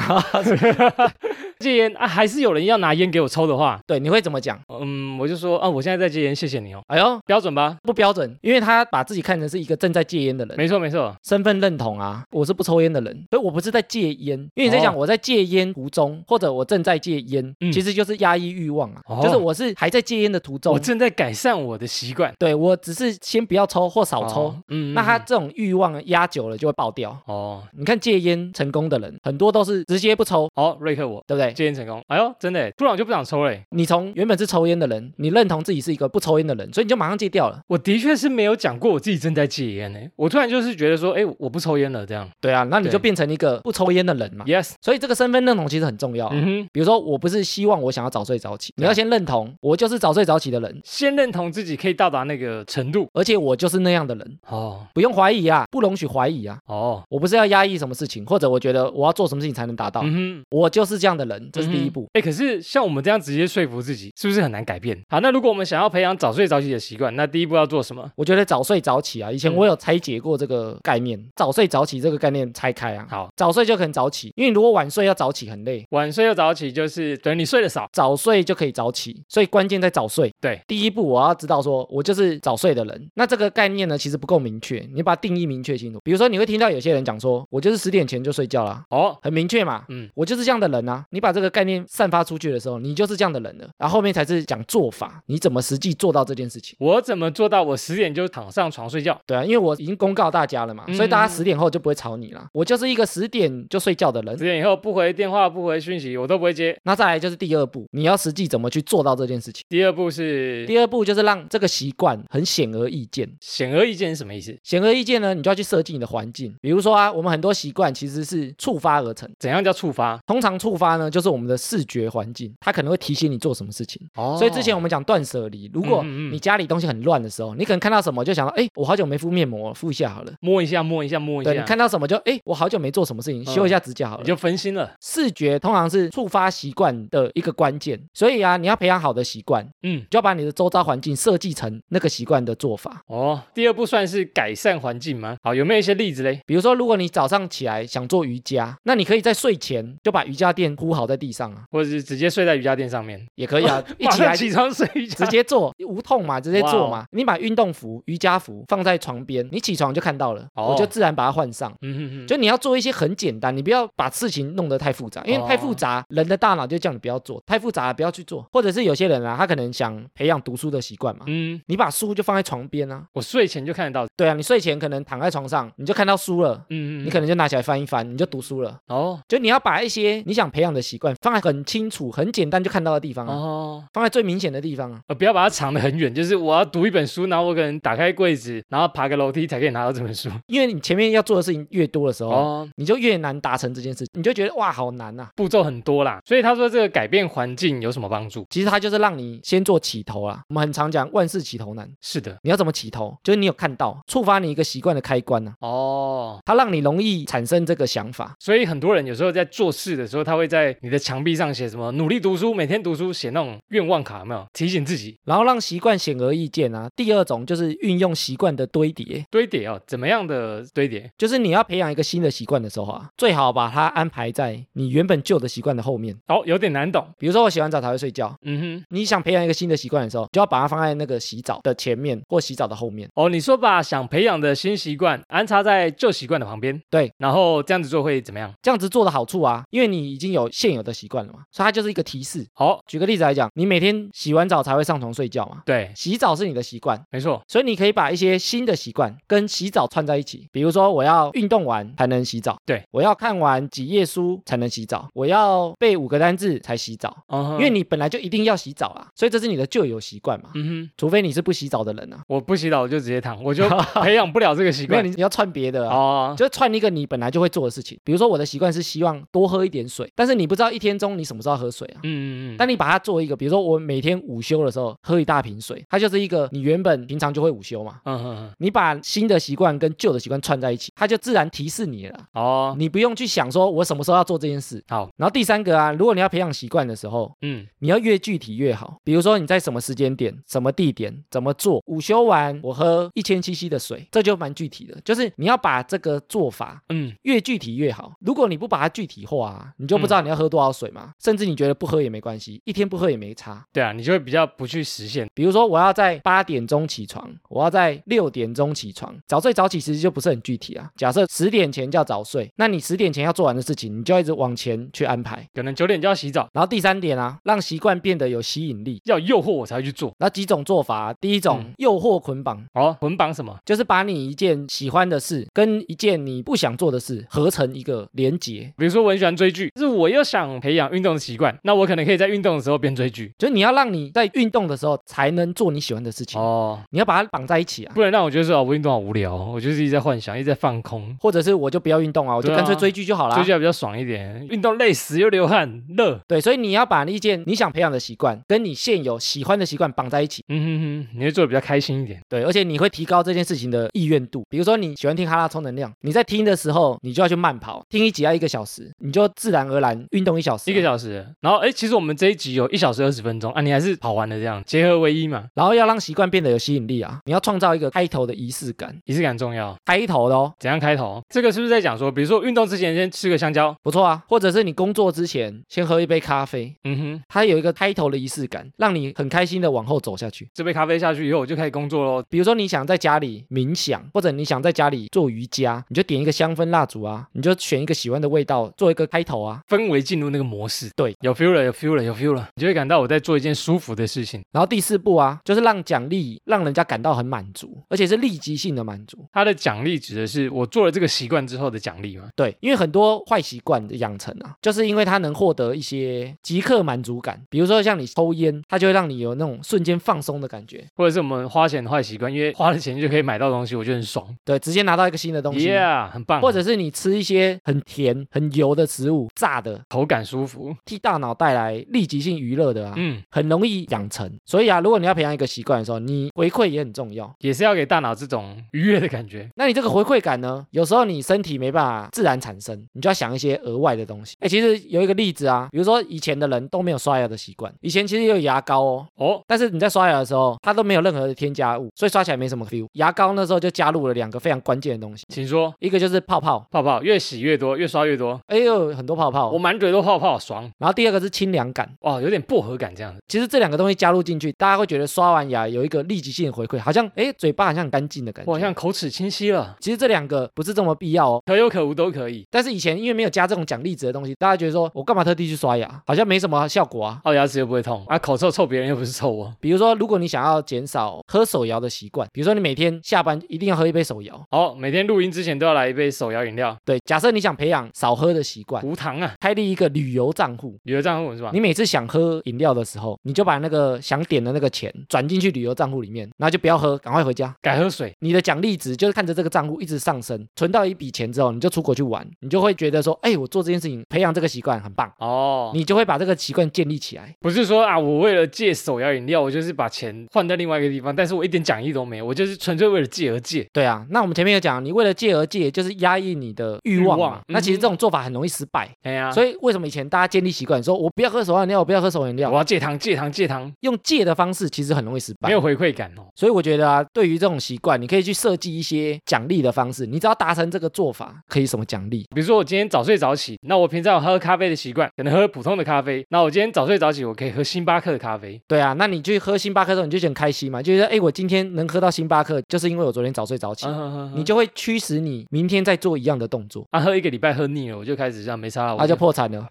Speaker 1: 戒烟啊，还是有人要拿烟给我抽的话，
Speaker 2: 对，你会怎么讲？
Speaker 1: 嗯，我就说啊，我现在在戒烟，谢谢你哦，
Speaker 2: 哎呦，
Speaker 1: 标准吧？
Speaker 2: 不标准，因为他把自己看成是一个正在戒烟的人。
Speaker 1: 没错没错，
Speaker 2: 身份认同啊，我是不抽烟的人，所以我不是在戒烟，因为你在讲
Speaker 1: 哦
Speaker 2: 我在戒烟途中，或者我正在戒烟，
Speaker 1: 嗯
Speaker 2: 其实就是压抑欲望啊，
Speaker 1: 哦
Speaker 2: 就是我是还在戒烟的途中
Speaker 1: 我，正在改善我的习惯，
Speaker 2: 对我只是先不要抽或少抽，
Speaker 1: 哦，嗯，
Speaker 2: 那他这种欲望压久了就会爆掉。
Speaker 1: 哦，
Speaker 2: 你看戒烟成功的人，很多都是直接不抽，
Speaker 1: 好，瑞克我
Speaker 2: 对不对？
Speaker 1: 戒烟成功。哎呦，真的耶，突然我就不想抽嘞。
Speaker 2: 你从原本是抽烟的人，你认同自己是一个不抽烟的人，所以你就马上戒掉了。
Speaker 1: 我的确是没有讲过我自己正在戒烟呢。我突然就是觉得说，哎，我不抽烟了这样。
Speaker 2: 对啊，那你
Speaker 1: 对
Speaker 2: 就变成一个不抽烟的人嘛。
Speaker 1: Yes，
Speaker 2: 所以这个身份认同其实很重要啊、
Speaker 1: 嗯啊哼，
Speaker 2: 比如说，我不是希望我想要早睡早起，你要先认同我就是早睡早起的人，
Speaker 1: 先认同自己可以到达那个程度。
Speaker 2: 而且我就是那样的人，
Speaker 1: 哦
Speaker 2: 不用怀疑啊，不容许怀疑啊。
Speaker 1: 哦，
Speaker 2: 我不是要压抑什么事情，或者我觉得我要做什么事情才能达到，
Speaker 1: 嗯哼，
Speaker 2: 我就是这样的人，这是第一步。
Speaker 1: 哎、诶可是像我们这样直接说服自己，是不是很难改变？好，那如果我们想要培养早睡早起的习惯，那第一步要做什么？
Speaker 2: 我觉得早睡早起啊，以前
Speaker 1: 嗯
Speaker 2: 我有拆解过这个概念，早睡早起这个概念拆开啊。
Speaker 1: 好，
Speaker 2: 早睡就可能早起，因为你如果晚睡要早起很累，
Speaker 1: 晚睡又早起，就是等于你睡得少。
Speaker 2: 早睡就可以早起，所以关键在早睡。
Speaker 1: 对，
Speaker 2: 第一步我要知道说我就是早睡的人。那这个概念呢，其实不够明确，你把定义明确清楚。比如说你会听到有些人讲说，我就是十点前就睡觉啦，
Speaker 1: 哦，
Speaker 2: 很明确嘛。
Speaker 1: 嗯，
Speaker 2: 我就是这样的人啊！你把这个概念散发出去的时候，你就是这样的人了。然后后面才是讲做法，你怎么实际做到这件事情？
Speaker 1: 我怎么做到我十点就躺上床睡觉？
Speaker 2: 对啊，因为我已经公告大家了嘛，
Speaker 1: 嗯
Speaker 2: 所以大家十点后就不会吵你了。我就是一个十点就睡觉的人
Speaker 1: 十。点以后不回电话、不回讯息，我都不会接。
Speaker 2: 那再来就是第二步，你要实际怎么去做到这件事情。
Speaker 1: 第二步是
Speaker 2: 第二步就是让这个习惯很显而易见。
Speaker 1: 显而易见是什么意思？
Speaker 2: 显而易见呢，你就要去设计你的环境。比如说啊，我们很多习惯其实是触发而成。
Speaker 1: 怎样叫触发？
Speaker 2: 通常触发呢，就是我们的视觉环境，它可能会提醒你做什么事情。
Speaker 1: 哦
Speaker 2: 所以之前我们讲断舍离，如果
Speaker 1: 嗯嗯嗯
Speaker 2: 你家里东西很乱的时候，你可能看到什么就想到，哎，我好久没敷面膜了，敷一下好了。
Speaker 1: 摸一下、摸一下、摸一下，嗯
Speaker 2: 对你看到什么就，哎，我好久没做什么事情，修一下指甲好
Speaker 1: 你
Speaker 2: 了。
Speaker 1: 就分心了。
Speaker 2: 视觉通常是触发习惯的一个关键，所以啊，你要培养好的习惯，
Speaker 1: 嗯，
Speaker 2: 就要把你的周遭环境设计成那个习惯的做法。
Speaker 1: 哦，第二步算是改善环境吗？好，有没有一些例子嘞？
Speaker 2: 比如说，如果你早上起来想做瑜伽，那你可以在睡前就把瑜伽垫铺好在地上啊，
Speaker 1: 或者是直接睡在瑜伽垫上面，
Speaker 2: 也可 以啊，一
Speaker 1: 马
Speaker 2: 起
Speaker 1: 上
Speaker 2: 来
Speaker 1: 起床睡瑜
Speaker 2: 直
Speaker 1: 伽。
Speaker 2: 接做，无痛嘛，直接
Speaker 1: 哇哦
Speaker 2: 做嘛。你把运动服、瑜伽服放在床边，你起床就看到了，
Speaker 1: 哦
Speaker 2: 我就自然把它换上。
Speaker 1: 嗯哼哼，
Speaker 2: 就你要做一些很简单，你不要把事情弄得太复杂，因为太
Speaker 1: 哦
Speaker 2: 复杂，人的大脑就叫你不要做，太复杂了不要去做。或者是有些人啊，他可能想培养读书的习惯嘛，
Speaker 1: 嗯，
Speaker 2: 你把书就放在床边啊，
Speaker 1: 我睡前就看得到。嗯
Speaker 2: 对啊，你睡前可能躺在床上，你就看到书了，
Speaker 1: 嗯嗯，
Speaker 2: 你可能就拿起来翻一翻，你就读书了。
Speaker 1: 哦
Speaker 2: 就你要把一些你想培养的习惯放在很清楚、很简单就看到的地方、啊，
Speaker 1: 哦。
Speaker 2: 放在最明显的地方啊。
Speaker 1: 呃，不要把它藏得很远，就是我要读一本书，然后我可能打开柜子，然后爬个楼梯才可以拿到这本书。
Speaker 2: 因为你前面要做的事情越多的时候，
Speaker 1: 哦，
Speaker 2: 你就越难达成这件事，你就觉得哇好难啊。
Speaker 1: 步骤很多啦，所以他说这个改变环境有什么帮助？
Speaker 2: 其实它就是让你先做起头啊。我们很常讲万事起头难，
Speaker 1: 是的，
Speaker 2: 你要怎么起头？就是你有看到触发你一个习惯的开关呢、啊，
Speaker 1: 哦，
Speaker 2: 它让你容易产生这个想法。
Speaker 1: 所以很多人有时候在做事的时候，他会在你的墙壁上写什么努力读书，每天读书，写那种愿望卡，有没有提醒自己
Speaker 2: 然后让习惯显而易见啊。第二种就是运用习惯的堆叠，
Speaker 1: 堆叠哦，怎么样的堆叠？
Speaker 2: 就是你要培养一个新的习惯的时候啊，最好把它安排在你原本旧的习惯的后面。
Speaker 1: 哦，有点难懂。
Speaker 2: 比如说我洗完澡才会睡觉，
Speaker 1: 嗯哼，
Speaker 2: 你想培养一个新的习惯的时候，你就要把它放在那个洗澡的前面或洗澡的后面。
Speaker 1: 哦，你说把想培养的新习惯安插在旧习惯的旁边，
Speaker 2: 对，
Speaker 1: 然后这样子做会怎么样？
Speaker 2: 这样子做的好处啊，因为你已经有现有的习惯了嘛，所以它就是一个提示。
Speaker 1: 好、
Speaker 2: 举个例子来讲，你每天洗完澡才会上床睡觉嘛，
Speaker 1: 对，
Speaker 2: 洗澡是你的习惯，
Speaker 1: 没错，
Speaker 2: 所以你可以把一些新的习惯跟洗澡串在一起，比如说我要运动完才能洗澡，
Speaker 1: 对
Speaker 2: 我要看完几页书才能洗澡，我要背五个单字才洗澡，
Speaker 1: 嗯哼
Speaker 2: 因为你本来就一定要洗澡啊，所以这是你的旧有习惯嘛，
Speaker 1: 嗯哼，
Speaker 2: 除非你是不洗澡的人啊，
Speaker 1: 我不洗澡我就直接躺，我就培养不了这个习
Speaker 2: 没有
Speaker 1: 惯。
Speaker 2: 你你要串别的啊。
Speaker 1: 哦，
Speaker 2: 就串一个你本来就会做的事情，比如说我的习惯是希望多喝一点水，但是你不知道一天中你什么时候要喝水啊，
Speaker 1: 嗯嗯嗯，
Speaker 2: 但你把它做一个，比如说我每天午休的时候喝一大瓶水，它就是一个你原本平常就会午休嘛。
Speaker 1: 嗯哼哼，
Speaker 2: 你把新的习惯跟旧的习惯串在一起，它就自然提示你了。
Speaker 1: 哦，
Speaker 2: 你不用去想说我什么时候要做这件事。
Speaker 1: 好，
Speaker 2: 然后第三个啊，如果你要培养习惯的时候，
Speaker 1: 嗯，
Speaker 2: 你要越具体越好。比如说你在什么时间点、什么地点、怎么做，午休完我喝一千 CC 的水，这就蛮具体的。就是你要把这个做法
Speaker 1: 嗯，
Speaker 2: 越具体越好。如果你不把它具体化、啊，你就不知道你要喝多少水嘛。甚至你觉得不喝也没关系，一天不喝也没差。
Speaker 1: 对啊，你就会比较不去实现。
Speaker 2: 比如说，我要在八点钟起床，我要在六点钟起床。早睡早起其实就不是很具体啊。假设十点前叫早睡，那你十点前要做完的事情，你就要一直往前去安排。
Speaker 1: 可能九点就要洗澡，
Speaker 2: 然后第三点啊，让习惯变得有吸引力。
Speaker 1: 要诱惑我才会去做。
Speaker 2: 那几种做法啊、第一种、
Speaker 1: 嗯
Speaker 2: 诱惑捆绑，
Speaker 1: 哦，捆绑什么？
Speaker 2: 就是把你一件喜欢的事跟一件你不想做的事合成一个连结，
Speaker 1: 比如说我很喜欢追剧，就是我又想培养运动的习惯，那我可能可以在运动的时候边追剧。
Speaker 2: 就是你要让你在运动的时候才能做你喜欢的事情，
Speaker 1: 哦，
Speaker 2: 你要把它绑在一起啊。
Speaker 1: 不能让我觉得说哦，我运动好无聊，我就是一直在幻想，一直在放空。
Speaker 2: 或者是我就不要运动啊，我就
Speaker 1: 对啊
Speaker 2: 干脆追剧就好啦。
Speaker 1: 追剧还比较爽一点，运动累死又流汗，热。
Speaker 2: 对，所以你要把一件你想培养的习惯跟你现有喜欢的习惯绑在一起，
Speaker 1: 嗯哼哼，你会做的比较开心一点。
Speaker 2: 对，而且你会提高这件事情的意愿度。比如说你喜欢听哈拉充能量，你在听的时候，你就要去慢跑，听一集要一个小时，你就自然而然运动一小时啊、
Speaker 1: 一个小时，然后哎，其实我们这一集有一小时二十分钟啊，你还是跑完了这样，结合为一嘛，
Speaker 2: 然后要让习惯变得有吸引力啊！你要创造一个开头的仪式感，
Speaker 1: 仪式感重要。
Speaker 2: 开头的哦，
Speaker 1: 怎样开头？这个是不是在讲说，比如说运动之前先吃个香蕉？
Speaker 2: 不错啊。或者是你工作之前先喝一杯咖啡，
Speaker 1: 嗯哼，
Speaker 2: 它有一个开头的仪式感，让你很开心的往后走下去。
Speaker 1: 这杯咖啡下去以后，我就开始工作喽。
Speaker 2: 比如说你想在家里冥想，或者你想在家里做瑜伽，你就点一个香氛蜡烛啊，你就选一个喜欢的味道做一个开头啊。
Speaker 1: 氛围进入那个模式，
Speaker 2: 对，
Speaker 1: 有 feel 了，有 feel 了，有 feel 了，你就会感到我在做一件舒服的事情。
Speaker 2: 然后第四步啊，就是让奖励让人家感到很满足，而且是立即性的满足。
Speaker 1: 它的奖励指的是我做了这个习惯之后的奖励嘛？
Speaker 2: 对，因为很多坏习惯的养成啊，就是因为它能获得一些即刻满足感，比如说像你抽烟，它就会让你有那种瞬间放松的感觉，
Speaker 1: 或者是我们花钱的坏习惯，因为花了钱就可以买到东西，我觉得很爽
Speaker 2: 对，直接拿到一个新的东西。
Speaker 1: ，Yeah，很棒，
Speaker 2: 或者是你吃一些很甜、很油的食物，炸的，
Speaker 1: 口感舒服，
Speaker 2: 替大脑带来立即性娱乐的啊，
Speaker 1: 嗯，
Speaker 2: 很容易养成。所以啊，如果你要培养一个习惯的时候，你回馈也很重要。
Speaker 1: 也是要给大脑这种愉悦的感觉。
Speaker 2: 那你这个回馈感呢？有时候你身体没办法自然产生，你就要想一些额外的东西。哎，其实有一个例子啊，比如说以前的人都没有刷牙的习惯，以前其实也有牙膏哦，
Speaker 1: 哦，
Speaker 2: 但是你在刷牙的时候，它都没有任何的添加物，所以刷起来没什么 feel。牙膏那时候就加入了两个非常关键的东西，
Speaker 1: 请说，
Speaker 2: 一个就是泡泡，
Speaker 1: 泡泡越洗越多，越刷越多，
Speaker 2: 哎呦很多泡泡
Speaker 1: 我，满嘴都泡泡，爽
Speaker 2: 然后第二个是清凉感。
Speaker 1: 哦，有点薄荷感这样子。
Speaker 2: 其实这两个东西加入进去，大家会觉得刷完牙有一个立即性的回馈，好像哎嘴巴好像很干净的感觉。
Speaker 1: 我好像口齿清晰了，
Speaker 2: 其实这两个不是这么必要哦，
Speaker 1: 可有可无都可以。
Speaker 2: 但是以前因为没有加这种奖励值的东西，大家觉得说我干嘛特地去刷牙，好像没什么效果啊。
Speaker 1: 哦，牙齿又不会痛啊，口臭臭别人又不是臭我。
Speaker 2: 比如说，如果你想要减少喝手摇的习惯，比如说你每天下班一定要喝一杯手摇，
Speaker 1: 好，每天录音之前都要来一杯手摇饮料，
Speaker 2: 对，假设你想培养少喝的习惯，
Speaker 1: 无糖啊，
Speaker 2: 开立一个旅游账户。
Speaker 1: 旅游账户是吧？
Speaker 2: 你每次想喝饮料的时候，你就把那个想点的那个钱转进去旅游账户里面，然后就不要喝，赶快回家。
Speaker 1: 改喝水，
Speaker 2: 你的奖励值就是看着这个账户一直上升，存到一笔钱之后，你就出国去玩，你就会觉得说，哎、我做这件事情，培养这个习惯很棒，
Speaker 1: 哦，
Speaker 2: 你就会把这个习惯建立起来。
Speaker 1: 不是说啊，我为了戒手摇饮料，我就是把钱换到另外一个地方，但是我一点讲义都没有，我就是纯粹为了戒而戒。
Speaker 2: 对啊，那我们前面有讲，你为了戒而戒，就是压抑你的欲望
Speaker 1: 欲
Speaker 2: 嘛。
Speaker 1: 望
Speaker 2: 那其
Speaker 1: 嗯
Speaker 2: 实
Speaker 1: 哼
Speaker 2: 这种做法很容易失败，
Speaker 1: 哎呀、
Speaker 2: 所以为什么以前大家建立习惯，说我不要喝手摇饮料，我不要喝手摇饮
Speaker 1: 我
Speaker 2: 料，
Speaker 1: 要戒糖，戒糖，戒糖，
Speaker 2: 用戒的方式其实很容易失败
Speaker 1: 没。有回馈感哦。
Speaker 2: 所以我觉得啊，对于这种习惯，你可以去设计一些奖励的方式。你只要达成这个做法，可以什么奖励？
Speaker 1: 比如说我今天早睡早起，那我平常有喝咖啡的习惯，可能喝普通的咖啡，那我今天早睡早起，我可以喝星巴克的咖啡。
Speaker 2: 对啊，那你去喝星巴克的时候，你就觉得很开心嘛，就觉得哎，我今天能喝到星巴克，就是因为我昨天早睡早起，
Speaker 1: 嗯哼哼哼
Speaker 2: 你就会驱使你明天再做一样的动作，
Speaker 1: 啊，喝一个礼拜喝腻了，我啊就开始这样没差了，
Speaker 2: 那、
Speaker 1: 哦我
Speaker 2: 就破产了。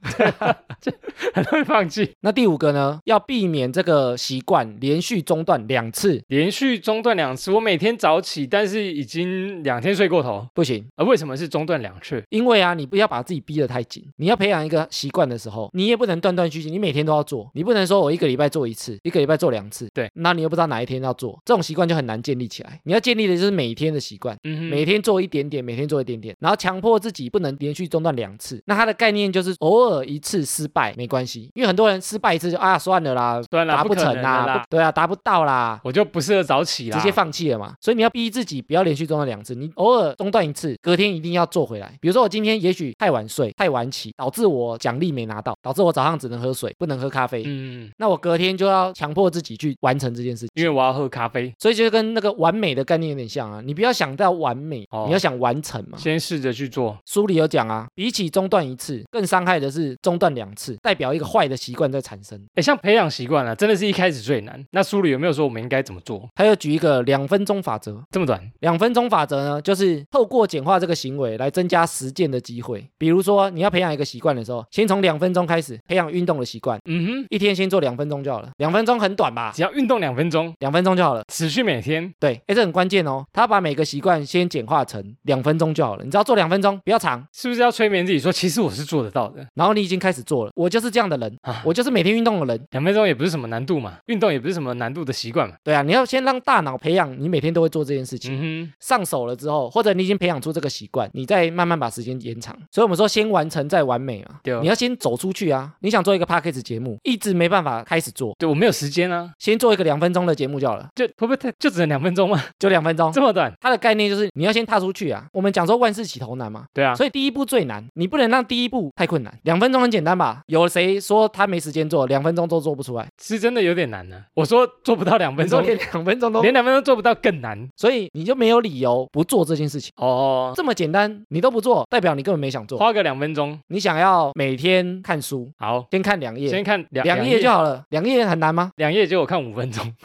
Speaker 1: 很容易放弃。
Speaker 2: 那第五个呢，要避免这个习惯连续中断两次，
Speaker 1: 连续中断两次，我每天早起，但是已经两天睡过头。
Speaker 2: 不行。
Speaker 1: 啊，为什么是中断两次？
Speaker 2: 因为啊，你不要把自己逼得太紧。你要培养一个习惯的时候，你也不能断断续续，你每天都要做，你不能说我一个礼拜做一次，一个礼拜做两次，
Speaker 1: 对，
Speaker 2: 那你又不知道哪一天要做，这种习惯就很难建立起来。你要建立的就是每天的习惯，
Speaker 1: 嗯哼，
Speaker 2: 每天做一点点，每天做一点点，然后强迫自己不能连续中断两次。那它的概念就是偶尔一次失败没关系，因为很多人失败一次就啊算了啦，
Speaker 1: 断了，
Speaker 2: 达不
Speaker 1: 可
Speaker 2: 成
Speaker 1: 能
Speaker 2: 啦，
Speaker 1: 的啦
Speaker 2: 不，对啊，达不到啦。
Speaker 1: 我就不适合早起啦。
Speaker 2: 直接放弃了嘛。所以你要逼自己不要连续中断两次，你偶尔中断一次，隔天一定要做回来。比如说我今天也许太晚睡、太晚起，导致我奖励没拿到，导致我早上只能喝水，不能喝咖啡。
Speaker 1: 嗯，
Speaker 2: 那我隔天就要强迫自己去完成这件事
Speaker 1: 因
Speaker 2: 情。
Speaker 1: 为我要喝咖啡，
Speaker 2: 所以就跟那个完美的概念有点像啊，你不要想到完美，
Speaker 1: 哦
Speaker 2: 你要想完成嘛。
Speaker 1: 先试着去做。
Speaker 2: 书里有讲啊，比起中断一次，更伤害的是中断两次，代表一个坏的习惯在产生。
Speaker 1: 哎，像培养习惯啊，真的是一开始最难。那书里有没有说我们应该怎么做？
Speaker 2: 他又举一个两分钟法则，
Speaker 1: 这么短，
Speaker 2: 两分钟法则呢，就是透过简化这个行为来增加实践的机会。比如说，你要培养一个习惯的时候，先从两分钟开始培养运动的习惯，
Speaker 1: 嗯哼，
Speaker 2: 一天先做两分钟就好了。两分钟很短吧？
Speaker 1: 只要运动两分钟，
Speaker 2: 两分钟就好了。
Speaker 1: 持续每天，
Speaker 2: 对，哎，这很关键键哦，他把每个习惯先简化成两分钟就好了，你只要做两分钟，不要长。
Speaker 1: 是不是要催眠自己说，其实我是做得到的？
Speaker 2: 然后你已经开始做了，我就是这样的人
Speaker 1: 啊，
Speaker 2: 我就是每天运动的人。
Speaker 1: 两分钟也不是什么难度嘛，运动也不是什么难度的习惯嘛。
Speaker 2: 对啊，你要先让大脑培养你每天都会做这件事情。
Speaker 1: 嗯
Speaker 2: 上手了之后，或者你已经培养出这个习惯，你再慢慢把时间延长。所以我们说，先完成再完美嘛
Speaker 1: 对哦。
Speaker 2: 你要先走出去啊！你想做一个 p a c k a g e 节目，一直没办法开始做
Speaker 1: 哼，，对我没有时间啊，
Speaker 2: 先做一个两分钟的节目就好了，
Speaker 1: 就会不会太就只能两分钟吗？
Speaker 2: 就两分钟
Speaker 1: 这。么短？
Speaker 2: 它的概念就是你要先踏出去啊。我们讲说万事起头难嘛，
Speaker 1: 对啊，
Speaker 2: 所以第一步最难，你不能让第一步太困难。两分钟很简单吧？有谁说他没时间做，两分钟都做不出来？
Speaker 1: 是真的有点难呢、啊我说做不到两分
Speaker 2: 你说
Speaker 1: 钟，
Speaker 2: 连两分钟都，
Speaker 1: 连两分钟做不到更难
Speaker 2: 所以你就没有理由不做这件事情。
Speaker 1: 哦。
Speaker 2: 这么简单，你都不做，代表你根本没想做。
Speaker 1: 花个两分钟，
Speaker 2: 你想要每天看书，
Speaker 1: 好，
Speaker 2: 先看两页，
Speaker 1: 先看两
Speaker 2: 两页就，好了。两页很难吗？
Speaker 1: 两页就我看五分钟，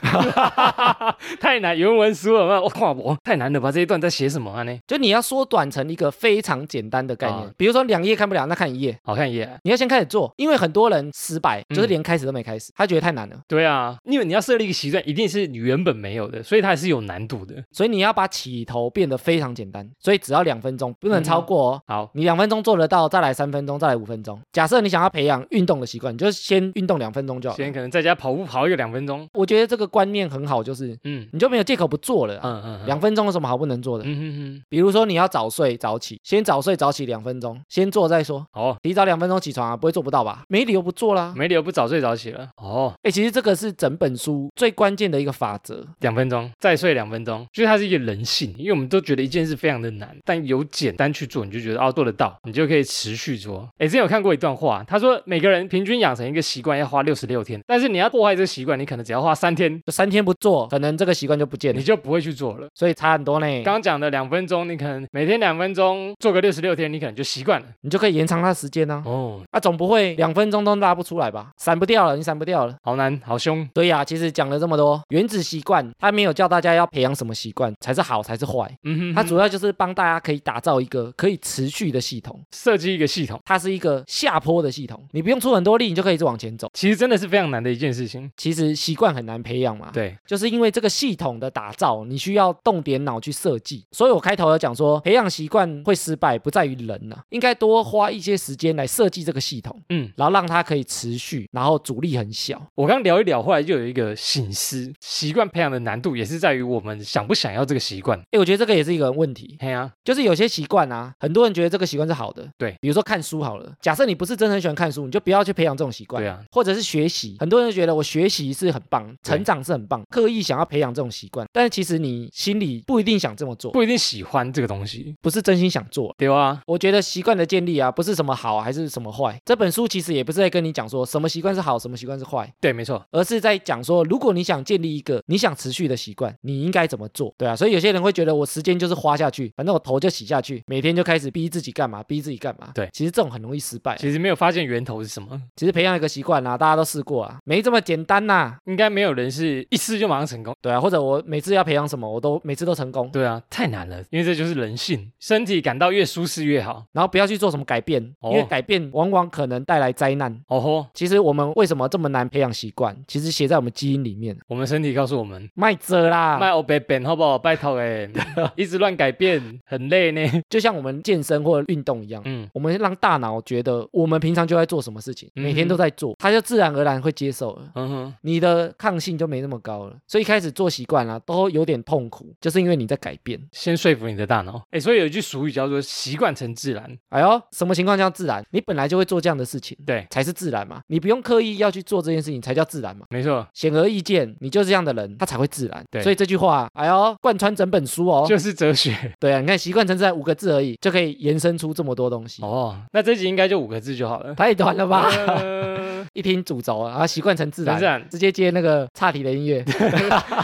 Speaker 1: 太难，原文书了嘛，我靠，我太难了吧？这一段在写什么啊呢？
Speaker 2: 就你要缩短成一个非常简单的概念，
Speaker 1: 啊
Speaker 2: 比如说两页看不了，那看一页。
Speaker 1: 好看一页，
Speaker 2: 你要先开始做，因为很多人失败
Speaker 1: 嗯
Speaker 2: 就是连开始都没开始，他觉得太难了，
Speaker 1: 对啊，因为你要设立一个习惯，一定是你原本没有的，所以它还是有难度的。
Speaker 2: 所以你要把起头变得非常简单，所以只要两分钟，不能超过哦。
Speaker 1: 好，
Speaker 2: 你两分钟做得到，再来三分钟，再来五分钟。假设你想要培养运动的习惯，你就先运动两分钟就好了。
Speaker 1: 先可能在家跑步跑一个两分钟，
Speaker 2: 我觉得这个观念很好，就是
Speaker 1: 嗯
Speaker 2: 你就没有借口不做了啊、
Speaker 1: 嗯嗯，嗯
Speaker 2: 两分钟有什么好不能做的？
Speaker 1: 嗯嗯嗯，
Speaker 2: 比如说你要早睡早起，先早睡早起两分钟，先做再说，
Speaker 1: 哦，
Speaker 2: 提早两分钟起床啊，不会做不到吧？没理由不做啦。
Speaker 1: 没理由不早睡早起了。哦，
Speaker 2: 哎、其实这个是整本书最关键的一个法则。
Speaker 1: 两分钟，再睡两分钟，就是它是一个人性，因为我们都觉得一件事非常的难，但有简单去做，你就觉得哦做得到，你就可以持续做。哎，之前有看过一段话，他说每个人平均养成一个习惯要花六十六天，但是你要破坏这个习惯，你可能只要花三天，
Speaker 2: 就三天不做，可能这个习惯就不见了
Speaker 1: 你，就不会去做了。
Speaker 2: 所以差很多呢。
Speaker 1: 刚刚讲的两分钟，你可能每天两分钟做个六十六天，你可能就习惯了。
Speaker 2: 你就可以延长它的时间呢、啊。
Speaker 1: 哦，
Speaker 2: 啊，总不会两分钟都拉不出来吧？闪不掉了，你闪不掉了。
Speaker 1: 好难，好凶。
Speaker 2: 所以啊，其实讲了这么多，原子习惯它没有教大家要培养什么习惯才是好，才是坏，
Speaker 1: 嗯哼
Speaker 2: 它
Speaker 1: 他
Speaker 2: 主要就是帮大家可以打造一个可以持续的系统，
Speaker 1: 设计一个系统，
Speaker 2: 它是一个下坡的系统，你不用出很多力，你就可以一直往前走。
Speaker 1: 其实真的是非常难的一件事情。
Speaker 2: 其实习惯很难培养嘛，
Speaker 1: 对，
Speaker 2: 就是因为这个系统的打造，你需要动点脑去设计。所以我开头有讲说，培养习惯会失败，不在于人呐、应该多花一些时间来设计这个系统，
Speaker 1: 嗯，
Speaker 2: 然后让它可以持续，然后阻力很小。
Speaker 1: 我刚聊一聊，后来就有一个醒思，习惯培养的难度也是在于我们想不想要这个习惯。
Speaker 2: 诶，我觉得这个也是一个问题，
Speaker 1: 嘿啊，
Speaker 2: 就是有些习惯啊，很多人觉得这个习惯是好的，
Speaker 1: 对
Speaker 2: 比如说看书好了，假设你不是真的很喜欢看书，你就不要去培养这种习惯，
Speaker 1: 对啊，
Speaker 2: 或者是学习，很多人就觉得我学习是很棒，
Speaker 1: 对
Speaker 2: 成长是很棒，刻意想要培养这种习惯，但是其实你心里不一定想这么做，
Speaker 1: 不一定喜欢这个东西，
Speaker 2: 不是真心想做。
Speaker 1: 对啊，
Speaker 2: 我觉得习惯的建立啊，不是什么好还是什么坏。这本书其实也不是在跟你讲说什么习惯是好，什么习惯是坏，
Speaker 1: 对，没错，
Speaker 2: 而是在讲说，如果你想建立一个你想持续的习惯，你应该怎么做，对啊。所以有些人会觉得我时间就是花下去，反正我头就洗下去，每天就开始逼自己干嘛，逼自己干嘛。
Speaker 1: 对
Speaker 2: 其实这种很容易失败。啊
Speaker 1: 其实没有发现源头是什么，
Speaker 2: 其实培养一个习惯啊，大家都试过啊，没这么简单呐、
Speaker 1: 应该没有人是一试就马上成功。
Speaker 2: 对啊，或者我每次要培养什么，我都每次都成功，
Speaker 1: 对啊，太难了，因为这就是人性，身体感到越舒适越好。
Speaker 2: 然后不要去做什么改变，
Speaker 1: 哦
Speaker 2: 因为改变往往可能带来灾难。
Speaker 1: 哦吼，
Speaker 2: 其实我们为什么这么难培养习惯？其实写在我们基因里面，
Speaker 1: 我们身体告诉我们，
Speaker 2: 卖遮啦。
Speaker 1: 卖欧北本好不好？拜托哎、 一直乱改变很累呢。
Speaker 2: 就像我们健身或者运动一样，
Speaker 1: 嗯，
Speaker 2: 我们让大脑觉得我们平常就在做什么事情，
Speaker 1: 嗯哼
Speaker 2: 每天都在做，它就自然而然会接受了。
Speaker 1: 嗯哼，
Speaker 2: 你的抗性就没那么高了，所以一开始做习惯啦、都有点痛苦，就是因为你在改变。
Speaker 1: 先说服你的大脑。哎，所以有一句俗语叫做“习惯成自然
Speaker 2: 哎呦，什么情况叫自然？你本来就会做这样的事情”。，
Speaker 1: 对，
Speaker 2: 才是自然嘛。你不用刻意要去做这件事情，才叫自然嘛。
Speaker 1: 没错，
Speaker 2: 显而易见，你就是这样的人，他才会自然。
Speaker 1: 对
Speaker 2: 所以这句话，哎呦，贯穿整本书哦。
Speaker 1: 就是哲学。
Speaker 2: 对啊，你看习惯成自然五个字而已，就可以延伸出这么多东西，
Speaker 1: 哦，那这集应该就五个字就好 了。
Speaker 2: 太短了吧？
Speaker 1: 呃
Speaker 2: 一听主轴啊，然后习惯成自然，
Speaker 1: 成自然
Speaker 2: 直接接那个岔题的音 乐。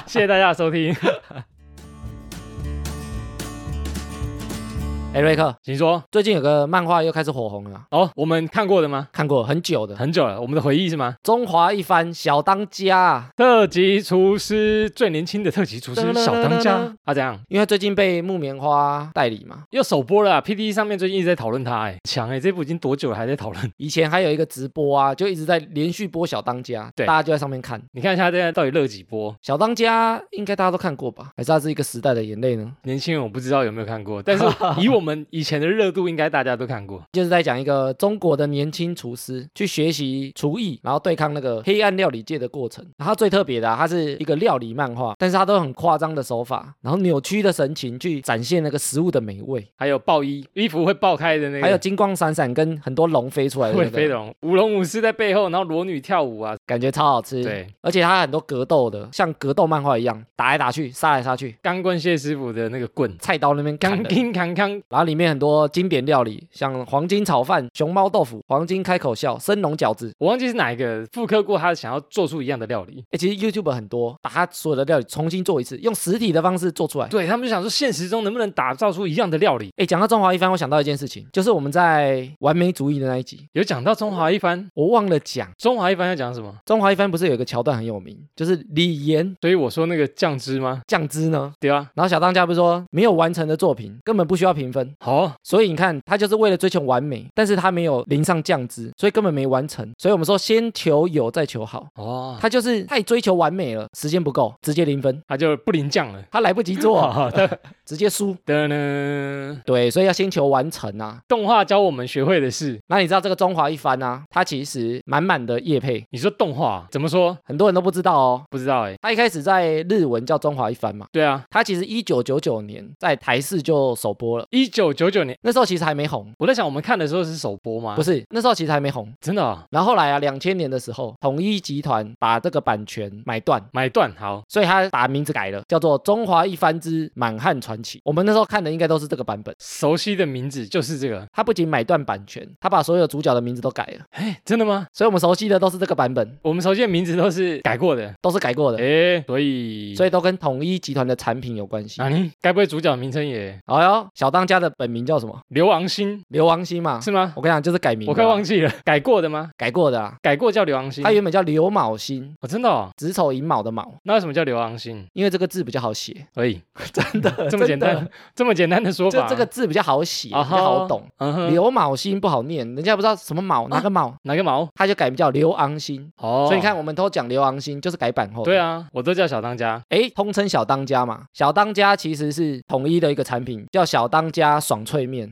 Speaker 1: 谢谢大家的收听。
Speaker 2: 哎、哎，瑞克，
Speaker 1: 请说。
Speaker 2: 最近有个漫画又开始火红了啊，
Speaker 1: 哦，我们看过的吗？
Speaker 2: 看过很久的《
Speaker 1: 很久了，我们的回忆是吗？
Speaker 2: 中华一番小当家》啊，
Speaker 1: 特级厨师最年轻的特级厨师小当家，啊，怎样？
Speaker 2: 因为最近被木棉花代理嘛，
Speaker 1: 又首播了啊、p d 上面最近一直在讨论它，哎，强哎，这部已经多久了还在讨论？
Speaker 2: 以前还有一个直播啊，就一直在连续播小当家，
Speaker 1: 对
Speaker 2: 大家就在上面看。
Speaker 1: 你看一下现在到底热几波？
Speaker 2: 小当家应该大家都看过吧？还是它是一个时代的眼泪呢？
Speaker 1: 年轻人我不知道有没有看过， 但是以我们以前的热度，应该大家都看过。
Speaker 2: 就是在讲一个中国的年轻厨师去学习厨艺，然后对抗那个黑暗料理界的过程。然后它最特别的、啊，它是一个料理漫画，但是它都很夸张的手法，然后扭曲的神情去展现那个食物的美味，
Speaker 1: 还有爆衣衣服会爆开的那个，
Speaker 2: 还有金光闪闪跟很多龙飞出来的、那
Speaker 1: 会
Speaker 2: 个，
Speaker 1: 飞龙舞龙舞狮在背后，然后裸女跳舞啊，
Speaker 2: 感觉超好吃。
Speaker 1: 对，
Speaker 2: 而且它很多格斗的，像格斗漫画一样，打来打去，杀来杀去，
Speaker 1: 钢棍谢师傅的那个棍，
Speaker 2: 菜刀那边砍
Speaker 1: 钢
Speaker 2: 的。
Speaker 1: 筋扛扛，
Speaker 2: 然后里面很多经典料理，像黄金炒饭、熊猫豆腐、黄金开口笑、生龙饺子。
Speaker 1: 我忘记是哪一个复刻过他想要做出一样的料理。
Speaker 2: 哎，其实 YouTube 很多，把它所有的料理重新做一次，用实体的方式做出来。
Speaker 1: 对他们就想说，现实中能不能打造出一样的料理？
Speaker 2: 哎，讲到中华一番，我想到一件事情，就是我们在《完美主义》的那一集，
Speaker 1: 有讲到中华一番，
Speaker 2: 我忘了讲，《
Speaker 1: 中华一番要讲什么？
Speaker 2: 中华一番》不是有一个桥段很有名，就是李岩
Speaker 1: 所以我说那个酱汁吗？
Speaker 2: 酱汁呢。
Speaker 1: 对啊，
Speaker 2: 然后小当家不是说没有完成的作品根本不需要评分，
Speaker 1: 好、哦，
Speaker 2: 所以你看他就是为了追求完美，但是他没有淋上酱汁，所以根本没完成。所以我们说先求有再求好，
Speaker 1: 哦，
Speaker 2: 他就是太追求完美了，时间不够，直接零分，
Speaker 1: 他就不淋酱了。
Speaker 2: 他来不及做，
Speaker 1: 好的，
Speaker 2: 直接输。
Speaker 1: 噔噔，
Speaker 2: 对，所以要先求完成啊。
Speaker 1: 动画教我们学会的是，
Speaker 2: 那你知道这个中华一番啊，它其实满满的叶配，
Speaker 1: 你说动画怎么说？
Speaker 2: 很多人都不知道哦。
Speaker 1: 不知道哎、
Speaker 2: 它一开始在日文叫中华一番嘛，
Speaker 1: 对啊，
Speaker 2: 它其实一九九九年在台视就首播了，
Speaker 1: 一九九九年，
Speaker 2: 那时候其实还没红，
Speaker 1: 我在想我们看的时候是首播吗？
Speaker 2: 不
Speaker 1: 是，
Speaker 2: 是，那时候其实还没红。
Speaker 1: 真的、哦、
Speaker 2: 然后后来啊，两千年的时候，统一集团把这个版权买断，
Speaker 1: 买断好。
Speaker 2: 所以他把名字改了，叫做《中华一番之满汉传奇》。我们那时候看的应该都是这个版本。
Speaker 1: 熟悉的名字就是这个，
Speaker 2: 他不仅买断版权，他把所有主角的名字都改了，
Speaker 1: 哎，真的吗？
Speaker 2: 所以我们熟悉的都是这个版本，
Speaker 1: 我们熟悉的名字都是改过的，
Speaker 2: 都是改过的，
Speaker 1: 哎，所以
Speaker 2: 所
Speaker 1: 以
Speaker 2: 以都跟统一集团的产品有关系。
Speaker 1: 哪里？啊该不会主角名称也
Speaker 2: 哎呦，小当家的本名叫什么？
Speaker 1: 刘昂星
Speaker 2: 刘王星嘛。
Speaker 1: 是吗？
Speaker 2: 我跟你讲，就是改名的啦，
Speaker 1: 我快忘记了，改过的吗？
Speaker 2: 改过的啊。
Speaker 1: 改过叫刘昂星，
Speaker 2: 他原本叫刘卯星，
Speaker 1: 哦，真的哦，
Speaker 2: 子丑寅卯的卯，
Speaker 1: 那为什么叫刘昂星？
Speaker 2: 因为这个字比较 好写，
Speaker 1: 可以，
Speaker 2: 真 的
Speaker 1: 这么简，
Speaker 2: 真
Speaker 1: 单
Speaker 2: 的，
Speaker 1: 这么简单的说
Speaker 2: 就
Speaker 1: 法，
Speaker 2: 这个字比较好写，比较
Speaker 1: 啊哈
Speaker 2: 好懂。
Speaker 1: 嗯哼，
Speaker 2: 刘卯星不好念，人家不知道什么卯哪个卯，
Speaker 1: 哪个毛？
Speaker 2: 他就改名叫刘昂星。
Speaker 1: 哦，
Speaker 2: 所以你看，我们都讲刘昂星，就是改版后。
Speaker 1: 对。啊，我都叫小当家，
Speaker 2: 哎，通称小当家嘛，小当家其实是统一的一个产品，叫小当家爽脆面，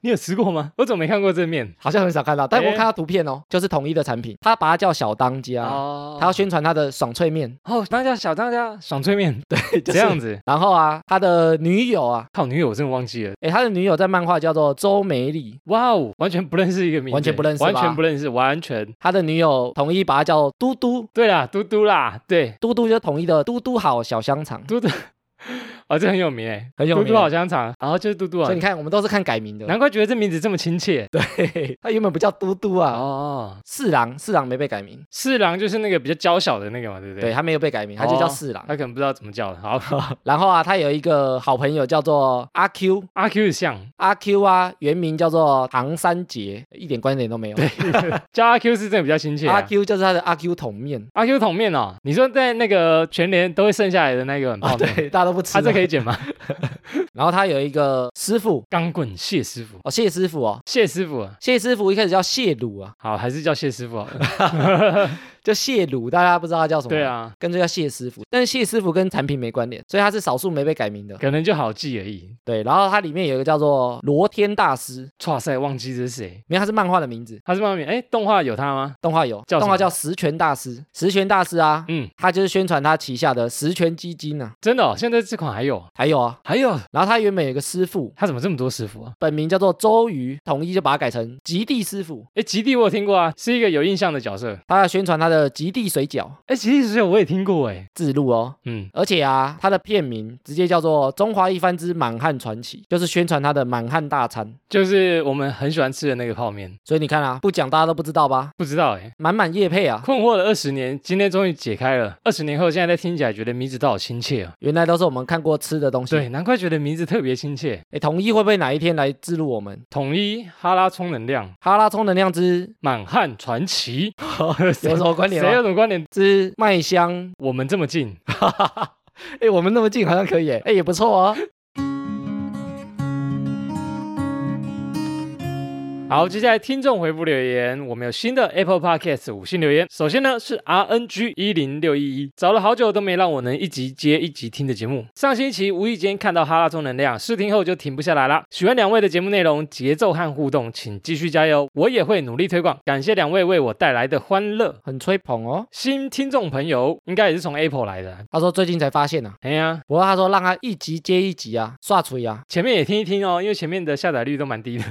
Speaker 1: 你有吃过吗？我怎么没看过这面？
Speaker 2: 好像很少看到，但我
Speaker 1: 诶
Speaker 2: 看到图片哦，就是统一的产品，他把它叫小当家，
Speaker 1: 哦
Speaker 2: 啊他要宣传他的爽 脆面，
Speaker 1: 哦，当家小当家爽脆面，
Speaker 2: 对，
Speaker 1: 这样。子。
Speaker 2: 然后啊，他的女友啊，
Speaker 1: 靠，女友我真的忘记了，
Speaker 2: 哎，他的女友在漫画叫做周美里，
Speaker 1: 哇哦，完全不认识一个名字，
Speaker 2: 完全不认识吧
Speaker 1: 完全不认识，完全。
Speaker 2: 他的女友统一把他叫嘟嘟，
Speaker 1: 对啦，嘟嘟啦，对，
Speaker 2: 嘟嘟就是统一的嘟嘟好小香肠，
Speaker 1: 嘟 嘟，哦，这很有名哎，
Speaker 2: 很有名
Speaker 1: 嘟嘟好香肠，然后就是嘟嘟啊
Speaker 2: 所以，你看我们都是看改名的，
Speaker 1: 难怪觉得这名字这么亲切。对，
Speaker 2: 他原本不叫嘟嘟啊，
Speaker 1: 哦，
Speaker 2: 四郎，四郎没被改名，
Speaker 1: 四郎就是那个比较娇小的那个嘛，对不哦
Speaker 2: 对
Speaker 1: 对？
Speaker 2: 他没有被改名，他就叫四郎。
Speaker 1: 他可能不知道怎么叫的。 好，
Speaker 2: 然后啊，他有一个好朋友叫做阿 Q，
Speaker 1: 阿 Q 像，
Speaker 2: 阿 Q 啊，原名叫做唐三杰，一点关联都没有。对，
Speaker 1: 叫阿 Q 是真的比较亲切啊。
Speaker 2: 阿 Q 就是他的阿 Q 桶面。
Speaker 1: 阿 Q 桶面哦，你说在那个全联都会剩下来的那个很泡面，
Speaker 2: 对，大家都不吃
Speaker 1: 哦他、
Speaker 2: 啊。
Speaker 1: 这可以剪 吗？
Speaker 2: 然后他有一个师傅
Speaker 1: 钢棍谢师傅，
Speaker 2: 哦，谢师傅哦，
Speaker 1: 谢师傅，
Speaker 2: 谢师傅一开始叫谢鲁啊，
Speaker 1: 好，还是叫谢师傅 好了。
Speaker 2: 就谢鲁，大家不知道他叫什么。
Speaker 1: 对。啊，
Speaker 2: 跟着叫谢师傅，但是谢师傅跟产品没关联，所以他是少数没被改名的。
Speaker 1: 可能就好记而已。
Speaker 2: 对，然后它里面有一个叫做罗天大师，
Speaker 1: 哇塞，忘记这是谁。
Speaker 2: 因为他是漫画的名字，
Speaker 1: 他是漫画名，哎，动画有他吗？
Speaker 2: 动画有，
Speaker 1: 叫什么
Speaker 2: 动画叫十全大师。十全大师啊，
Speaker 1: 嗯，
Speaker 2: 他就是宣传他旗下的十全基金啊，
Speaker 1: 真的、哦，现在这款还有，
Speaker 2: 还有啊，
Speaker 1: 还有，
Speaker 2: 然后他原本有一个师傅，
Speaker 1: 他怎么这么多师傅啊？
Speaker 2: 本名叫做周瑜，统一就把它改成极地师傅。
Speaker 1: 哎，极地我有听过啊，是一个有印象的角色。
Speaker 2: 他要宣传他的的《极地水饺》
Speaker 1: 哎，其实我也听过哎，
Speaker 2: 自录哦。
Speaker 1: 嗯，
Speaker 2: 而且啊，它的片名直接叫做《中华一番之满汉传奇》，就是宣传它的满汉大餐。
Speaker 1: 就是我们很喜欢吃的那个泡面，
Speaker 2: 所以你看啊，不讲大家都不知道吧？
Speaker 1: 不知道哎，
Speaker 2: 满满叶配啊，
Speaker 1: 困惑了二十年，今天终于解开了。二十年后，现在再听起来觉得名字都好亲切哦。
Speaker 2: 原来都是我们看过吃的东西。
Speaker 1: 对，难怪觉得名字特别亲切。
Speaker 2: 哎，统一会不会哪一天来自录我们
Speaker 1: 统一哈拉充能量，
Speaker 2: 哈拉充能量之
Speaker 1: 满汉传奇，
Speaker 2: 有什么关联
Speaker 1: 谁 有
Speaker 2: 吗？
Speaker 1: 什么关联？
Speaker 2: 之麦香，
Speaker 1: 我们这么近，
Speaker 2: 哎，我们那么近好像可以耶，哎，也不错哦。
Speaker 1: 好，接下来听众回复留言，我们有新的 Apple Podcast 五星留言。首先呢是 RNG 一零六一一，找了好久都没让我能一集接一集听的节目。上星期无意间看到哈拉充能量，试听后就停不下来啦。喜欢两位的节目内容、节奏和互动，请继续加油，我也会努力推广。感谢两位为我带来的欢乐。
Speaker 2: 很吹捧哦。
Speaker 1: 新听众朋友应该也是从 Apple 来的，
Speaker 2: 他说最近才发现啊，
Speaker 1: 哎呀，
Speaker 2: 不过他说让他一集接一集啊，刷锤啊，
Speaker 1: 前面也听一听哦，因为前面的下载率都蛮低的。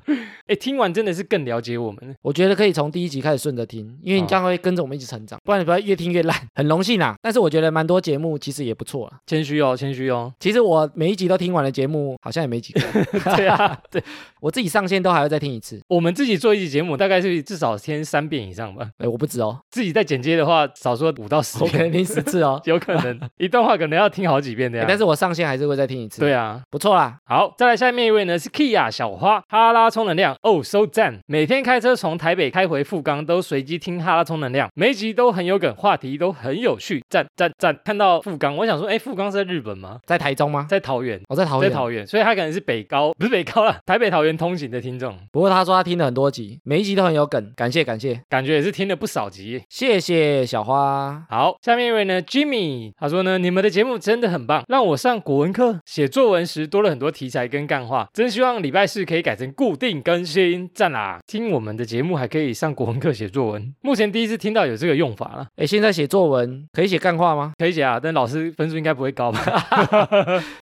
Speaker 1: 哎，听完真的是更了解我们。
Speaker 2: 我觉得可以从第一集开始顺着听，因为你这样会跟着我们一起成长，不然你不要越听越烂。很荣幸啊，但是我觉得蛮多节目其实也不错啊。
Speaker 1: 谦虚哦，谦虚哦。
Speaker 2: 其实我每一集都听完的节目好像也没几个，
Speaker 1: 对啊，对，
Speaker 2: 我自己上线都还要再听一次。
Speaker 1: 我们自己做一集节目，大概是至少听三遍以上吧。
Speaker 2: 哎，我不 止哦，
Speaker 1: 自己在剪接的话，少说五到十
Speaker 2: 我
Speaker 1: 遍，
Speaker 2: 可能听十次哦
Speaker 1: 有可能一段话可能要听好几遍的
Speaker 2: 哎
Speaker 1: 呀。
Speaker 2: 但是我上线还是会再听一次。，
Speaker 1: 啊对啊，
Speaker 2: 不错啦，
Speaker 1: 好，再来下面一位呢是 Kia 小花，哈拉充能量哦，so 赞！每天开车从台北开回富冈，都随机听哈拉充能量，每一集都很有梗，话题都很有趣，赞赞赞！看到富冈，我想说，哎，富冈是在日本吗？
Speaker 2: 在台中吗？
Speaker 1: 在桃园。
Speaker 2: 我在桃
Speaker 1: 在
Speaker 2: 园。
Speaker 1: 桃园，所以他可能是北高，不是北高啦，台北桃园通勤的听众，
Speaker 2: 不过他说他听了很多集，每一集都很有梗，感谢感谢，
Speaker 1: 感觉也是听了不少集。
Speaker 2: 谢谢小花。
Speaker 1: 好，下面一位呢，Jimmy，他说呢，你们的节目真的很棒，让我上国文课写作文时多了很多题材跟干话，真希望礼拜四可以改成固定更新，赞啦！听我们的节目还可以上国文课写作文，目前第一次听到有这个用法了，
Speaker 2: 哎，现在写作文可以写干话吗？
Speaker 1: 可以写啊，但老师分数应该不会高吧？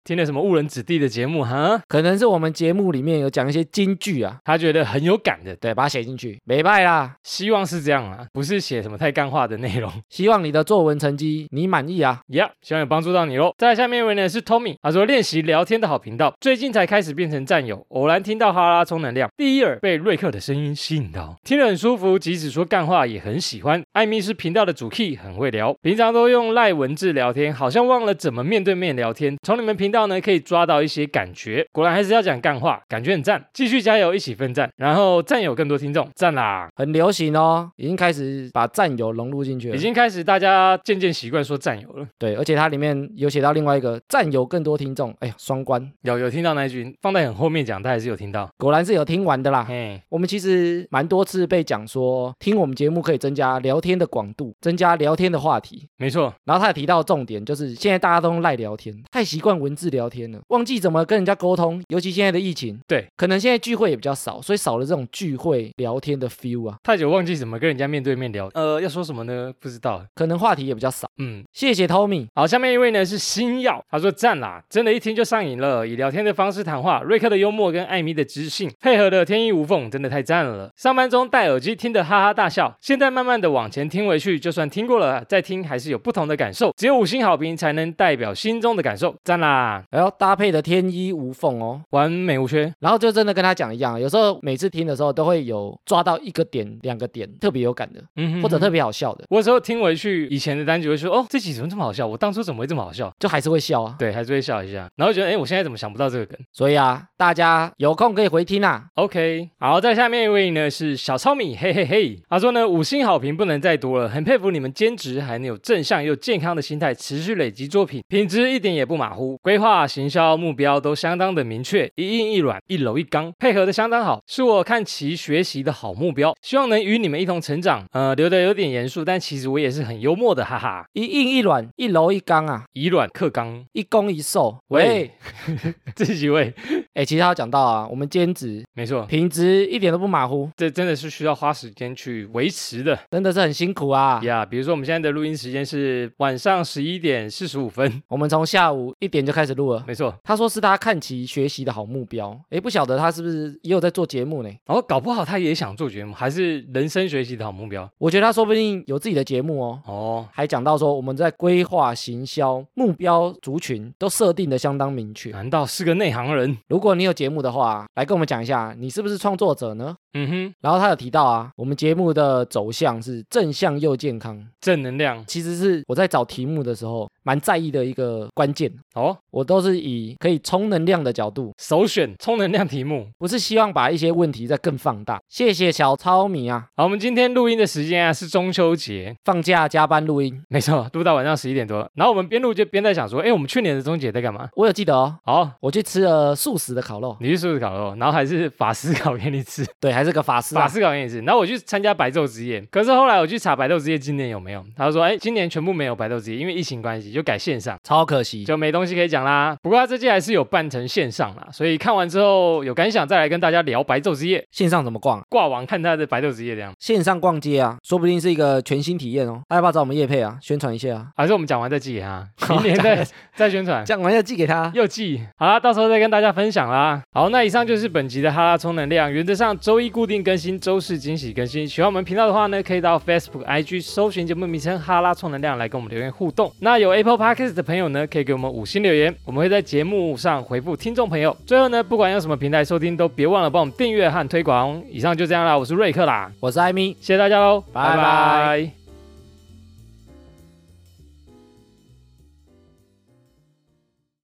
Speaker 1: 听了什么误人子弟的节目哈，
Speaker 2: 可能是我们节目里面有讲一些金句啊，
Speaker 1: 他觉得很有感的，
Speaker 2: 对，把它写进去，没败啦。
Speaker 1: 希望是这样啊，不是写什么太干话的内容。
Speaker 2: 希望你的作文成绩你满意啊！
Speaker 1: 呀希望有帮助到你喽。再来下面一位呢是 Tommy，他说练习聊天的好频道，最近才开始变成战友，偶然听到哈拉充能量，第一耳被瑞克的声音吸引到，听了很舒服，即使说干话也很喜欢。艾米是频道的主 key，很会聊，平常都用赖文字聊天，好像忘了怎么面对面聊天。从你们频道呢可以抓到一些感觉，果然还是要讲干话，感觉很赞，继续加油，一起奋战，然后战友更多听众，赞啦！
Speaker 2: 很流行哦，已经开始把战友融入进去了。
Speaker 1: 已经开始大家渐渐习惯说战友了。
Speaker 2: 对，而且它里面有写到另外一个战友更多听众，哎呀，双关，
Speaker 1: 有有听到那一句，放在很后面讲，他还是有听到。
Speaker 2: 果然是有听完的啦。
Speaker 1: 嘿，
Speaker 2: 我们其实蛮多次被讲说，听我们节目可以增加聊天的广度，增加聊天的话题。
Speaker 1: 没错，
Speaker 2: 然后他也提到重点，就是现在大家都用赖聊天，太习惯文字聊天了，忘记怎么跟人家沟通。尤其现在的疫情，
Speaker 1: 对，
Speaker 2: 可能现在聚会也比较少，所以少了这种聚会聊天的 feel 啊，
Speaker 1: 太久忘记怎么跟人家面对面聊，呃，要说什么呢？不知道。
Speaker 2: 可能话题也比较少。
Speaker 1: 嗯，
Speaker 2: 谢谢 Tommy，
Speaker 1: 好，下面一位呢是星耀，他说赞啦，真的，一听就上瘾了。以聊天的方式谈话，瑞克的幽默跟艾米的知性配合的天衣无缝，真的太赞了。上班中戴耳机听得哈哈大笑，现在慢慢的往前听回去，就算听过了，再听还是有不同的感受。只有五星好评才能代表心中的感受，赞啦，
Speaker 2: 然后哎搭配的天衣无缝哦。
Speaker 1: 完美无缺。
Speaker 2: 然后就真的跟他讲一样，有时候每次听的时候都会有抓到一个点、两个点特别有感的，
Speaker 1: 嗯哼
Speaker 2: 或者特别好笑的，
Speaker 1: 我有时候听回去以前的单曲，会说哦，这集怎么这么好笑？我当初怎么会这么好笑？
Speaker 2: 就还是会笑啊。
Speaker 1: 对，还是会笑一下，然后觉得哎，我现在怎么想不到这个梗
Speaker 2: 所以啊，大家有空可以回听啊。
Speaker 1: ？OK，好，在下面一位呢是小糙米，嘿嘿嘿，他说呢五星好评不能再多了，很佩服你们兼职还能有正向又健康的心态，持续累积作品，品质一点也不马虎，规划、行销目标都相当的明确，一硬一软，一柔一刚，配合的相当好，是我看齐学习的好目标，希望能与你们一同成长。呃，留的有点严肃，但其实我也是很幽默的，哈哈。
Speaker 2: 一硬一软，一柔一刚啊，
Speaker 1: 以软克刚，
Speaker 2: 一攻一受。
Speaker 1: 喂
Speaker 2: 喂，
Speaker 1: 这几位
Speaker 2: 哎、其实他有讲到啊，我们兼职
Speaker 1: 没错，
Speaker 2: 品质一点都不马虎，
Speaker 1: 这真的是需要花时间去维持的
Speaker 2: 真的是很辛苦啊。
Speaker 1: 呀。比如说我们现在的录音时间是晚上十一点四十五分，
Speaker 2: 我们从下午一点就开始录了。
Speaker 1: 没错。
Speaker 2: 他说是他看齐学习的好目标，诶，不晓得他是不是也有在做节目呢？
Speaker 1: 然后搞不好他也想做节目，还是人生学习的好目标
Speaker 2: 我觉得他说不定有自己的节目哦。
Speaker 1: 哦。
Speaker 2: 还讲到说，我们在规划、行销、目标族群都设定的相当明确。
Speaker 1: 难道是个内行人？
Speaker 2: 如果你有节目的话，来跟我们讲一下，你是不是创作者呢？
Speaker 1: 嗯哼，
Speaker 2: 然后他有提到啊，我们节目的走向是正向又健康，
Speaker 1: 正能量
Speaker 2: 其实是我在找题目的时候蛮在意的一个关键。
Speaker 1: 哦，
Speaker 2: 我都是以可以充能量的角度，
Speaker 1: 首选充能量题目。
Speaker 2: 不是希望把一些问题再更放大。谢谢小糙米啊，
Speaker 1: 好，我们今天录音的时间啊是中秋节，
Speaker 2: 放假加班录音，
Speaker 1: 没错，录到晚上十一点多。然后我们边录就边在想说，哎，我们去年的中秋节在干嘛？
Speaker 2: 我有记得哦。
Speaker 1: 好，
Speaker 2: 我去吃了素食的烤肉，
Speaker 1: 你去素食烤肉，然后还是法师烤给你吃，
Speaker 2: 对，还是个法师
Speaker 1: 法
Speaker 2: 啊，
Speaker 1: 师烤给你吃。然后我去参加白昼之夜，可是后来我去查白昼之夜今年有没有，他就说，哎，今年全部没有白昼之夜，因为疫情关系就改线上，
Speaker 2: 超可惜。
Speaker 1: 就没东西可以讲啦。不过他这届还是有办成线上啦，所以看完之后有感想再来跟大家聊白昼之夜，
Speaker 2: 线上怎么逛啊？
Speaker 1: 挂网看他的白昼之夜这样。
Speaker 2: 线上逛街啊，说不定是一个全新体验哦。他要不要找我们叶配啊？宣传一下啊，
Speaker 1: 还是我们讲完再寄给他，明年再再宣传。
Speaker 2: 讲完要寄给他。
Speaker 1: 又寄好啦，到时候再跟大家分享啦。好，那以上就是本集的哈拉充能量。原则上周一固定更新，周四惊喜更新。喜欢我们频道的话呢，可以到 Facebook、IG 搜寻节目名称“哈拉充能量”来跟我们留言互动。那有 Apple Podcast 的朋友呢，可以给我们五星留言，我们会在节目上回复听众朋友。最后呢，不管用什么平台收听，都别忘了帮我们订阅和推广。以上就这样啦，我是瑞克啦，
Speaker 2: 我是艾米，
Speaker 1: 谢谢大家喽，
Speaker 2: 拜
Speaker 1: 拜
Speaker 2: 拜
Speaker 1: 拜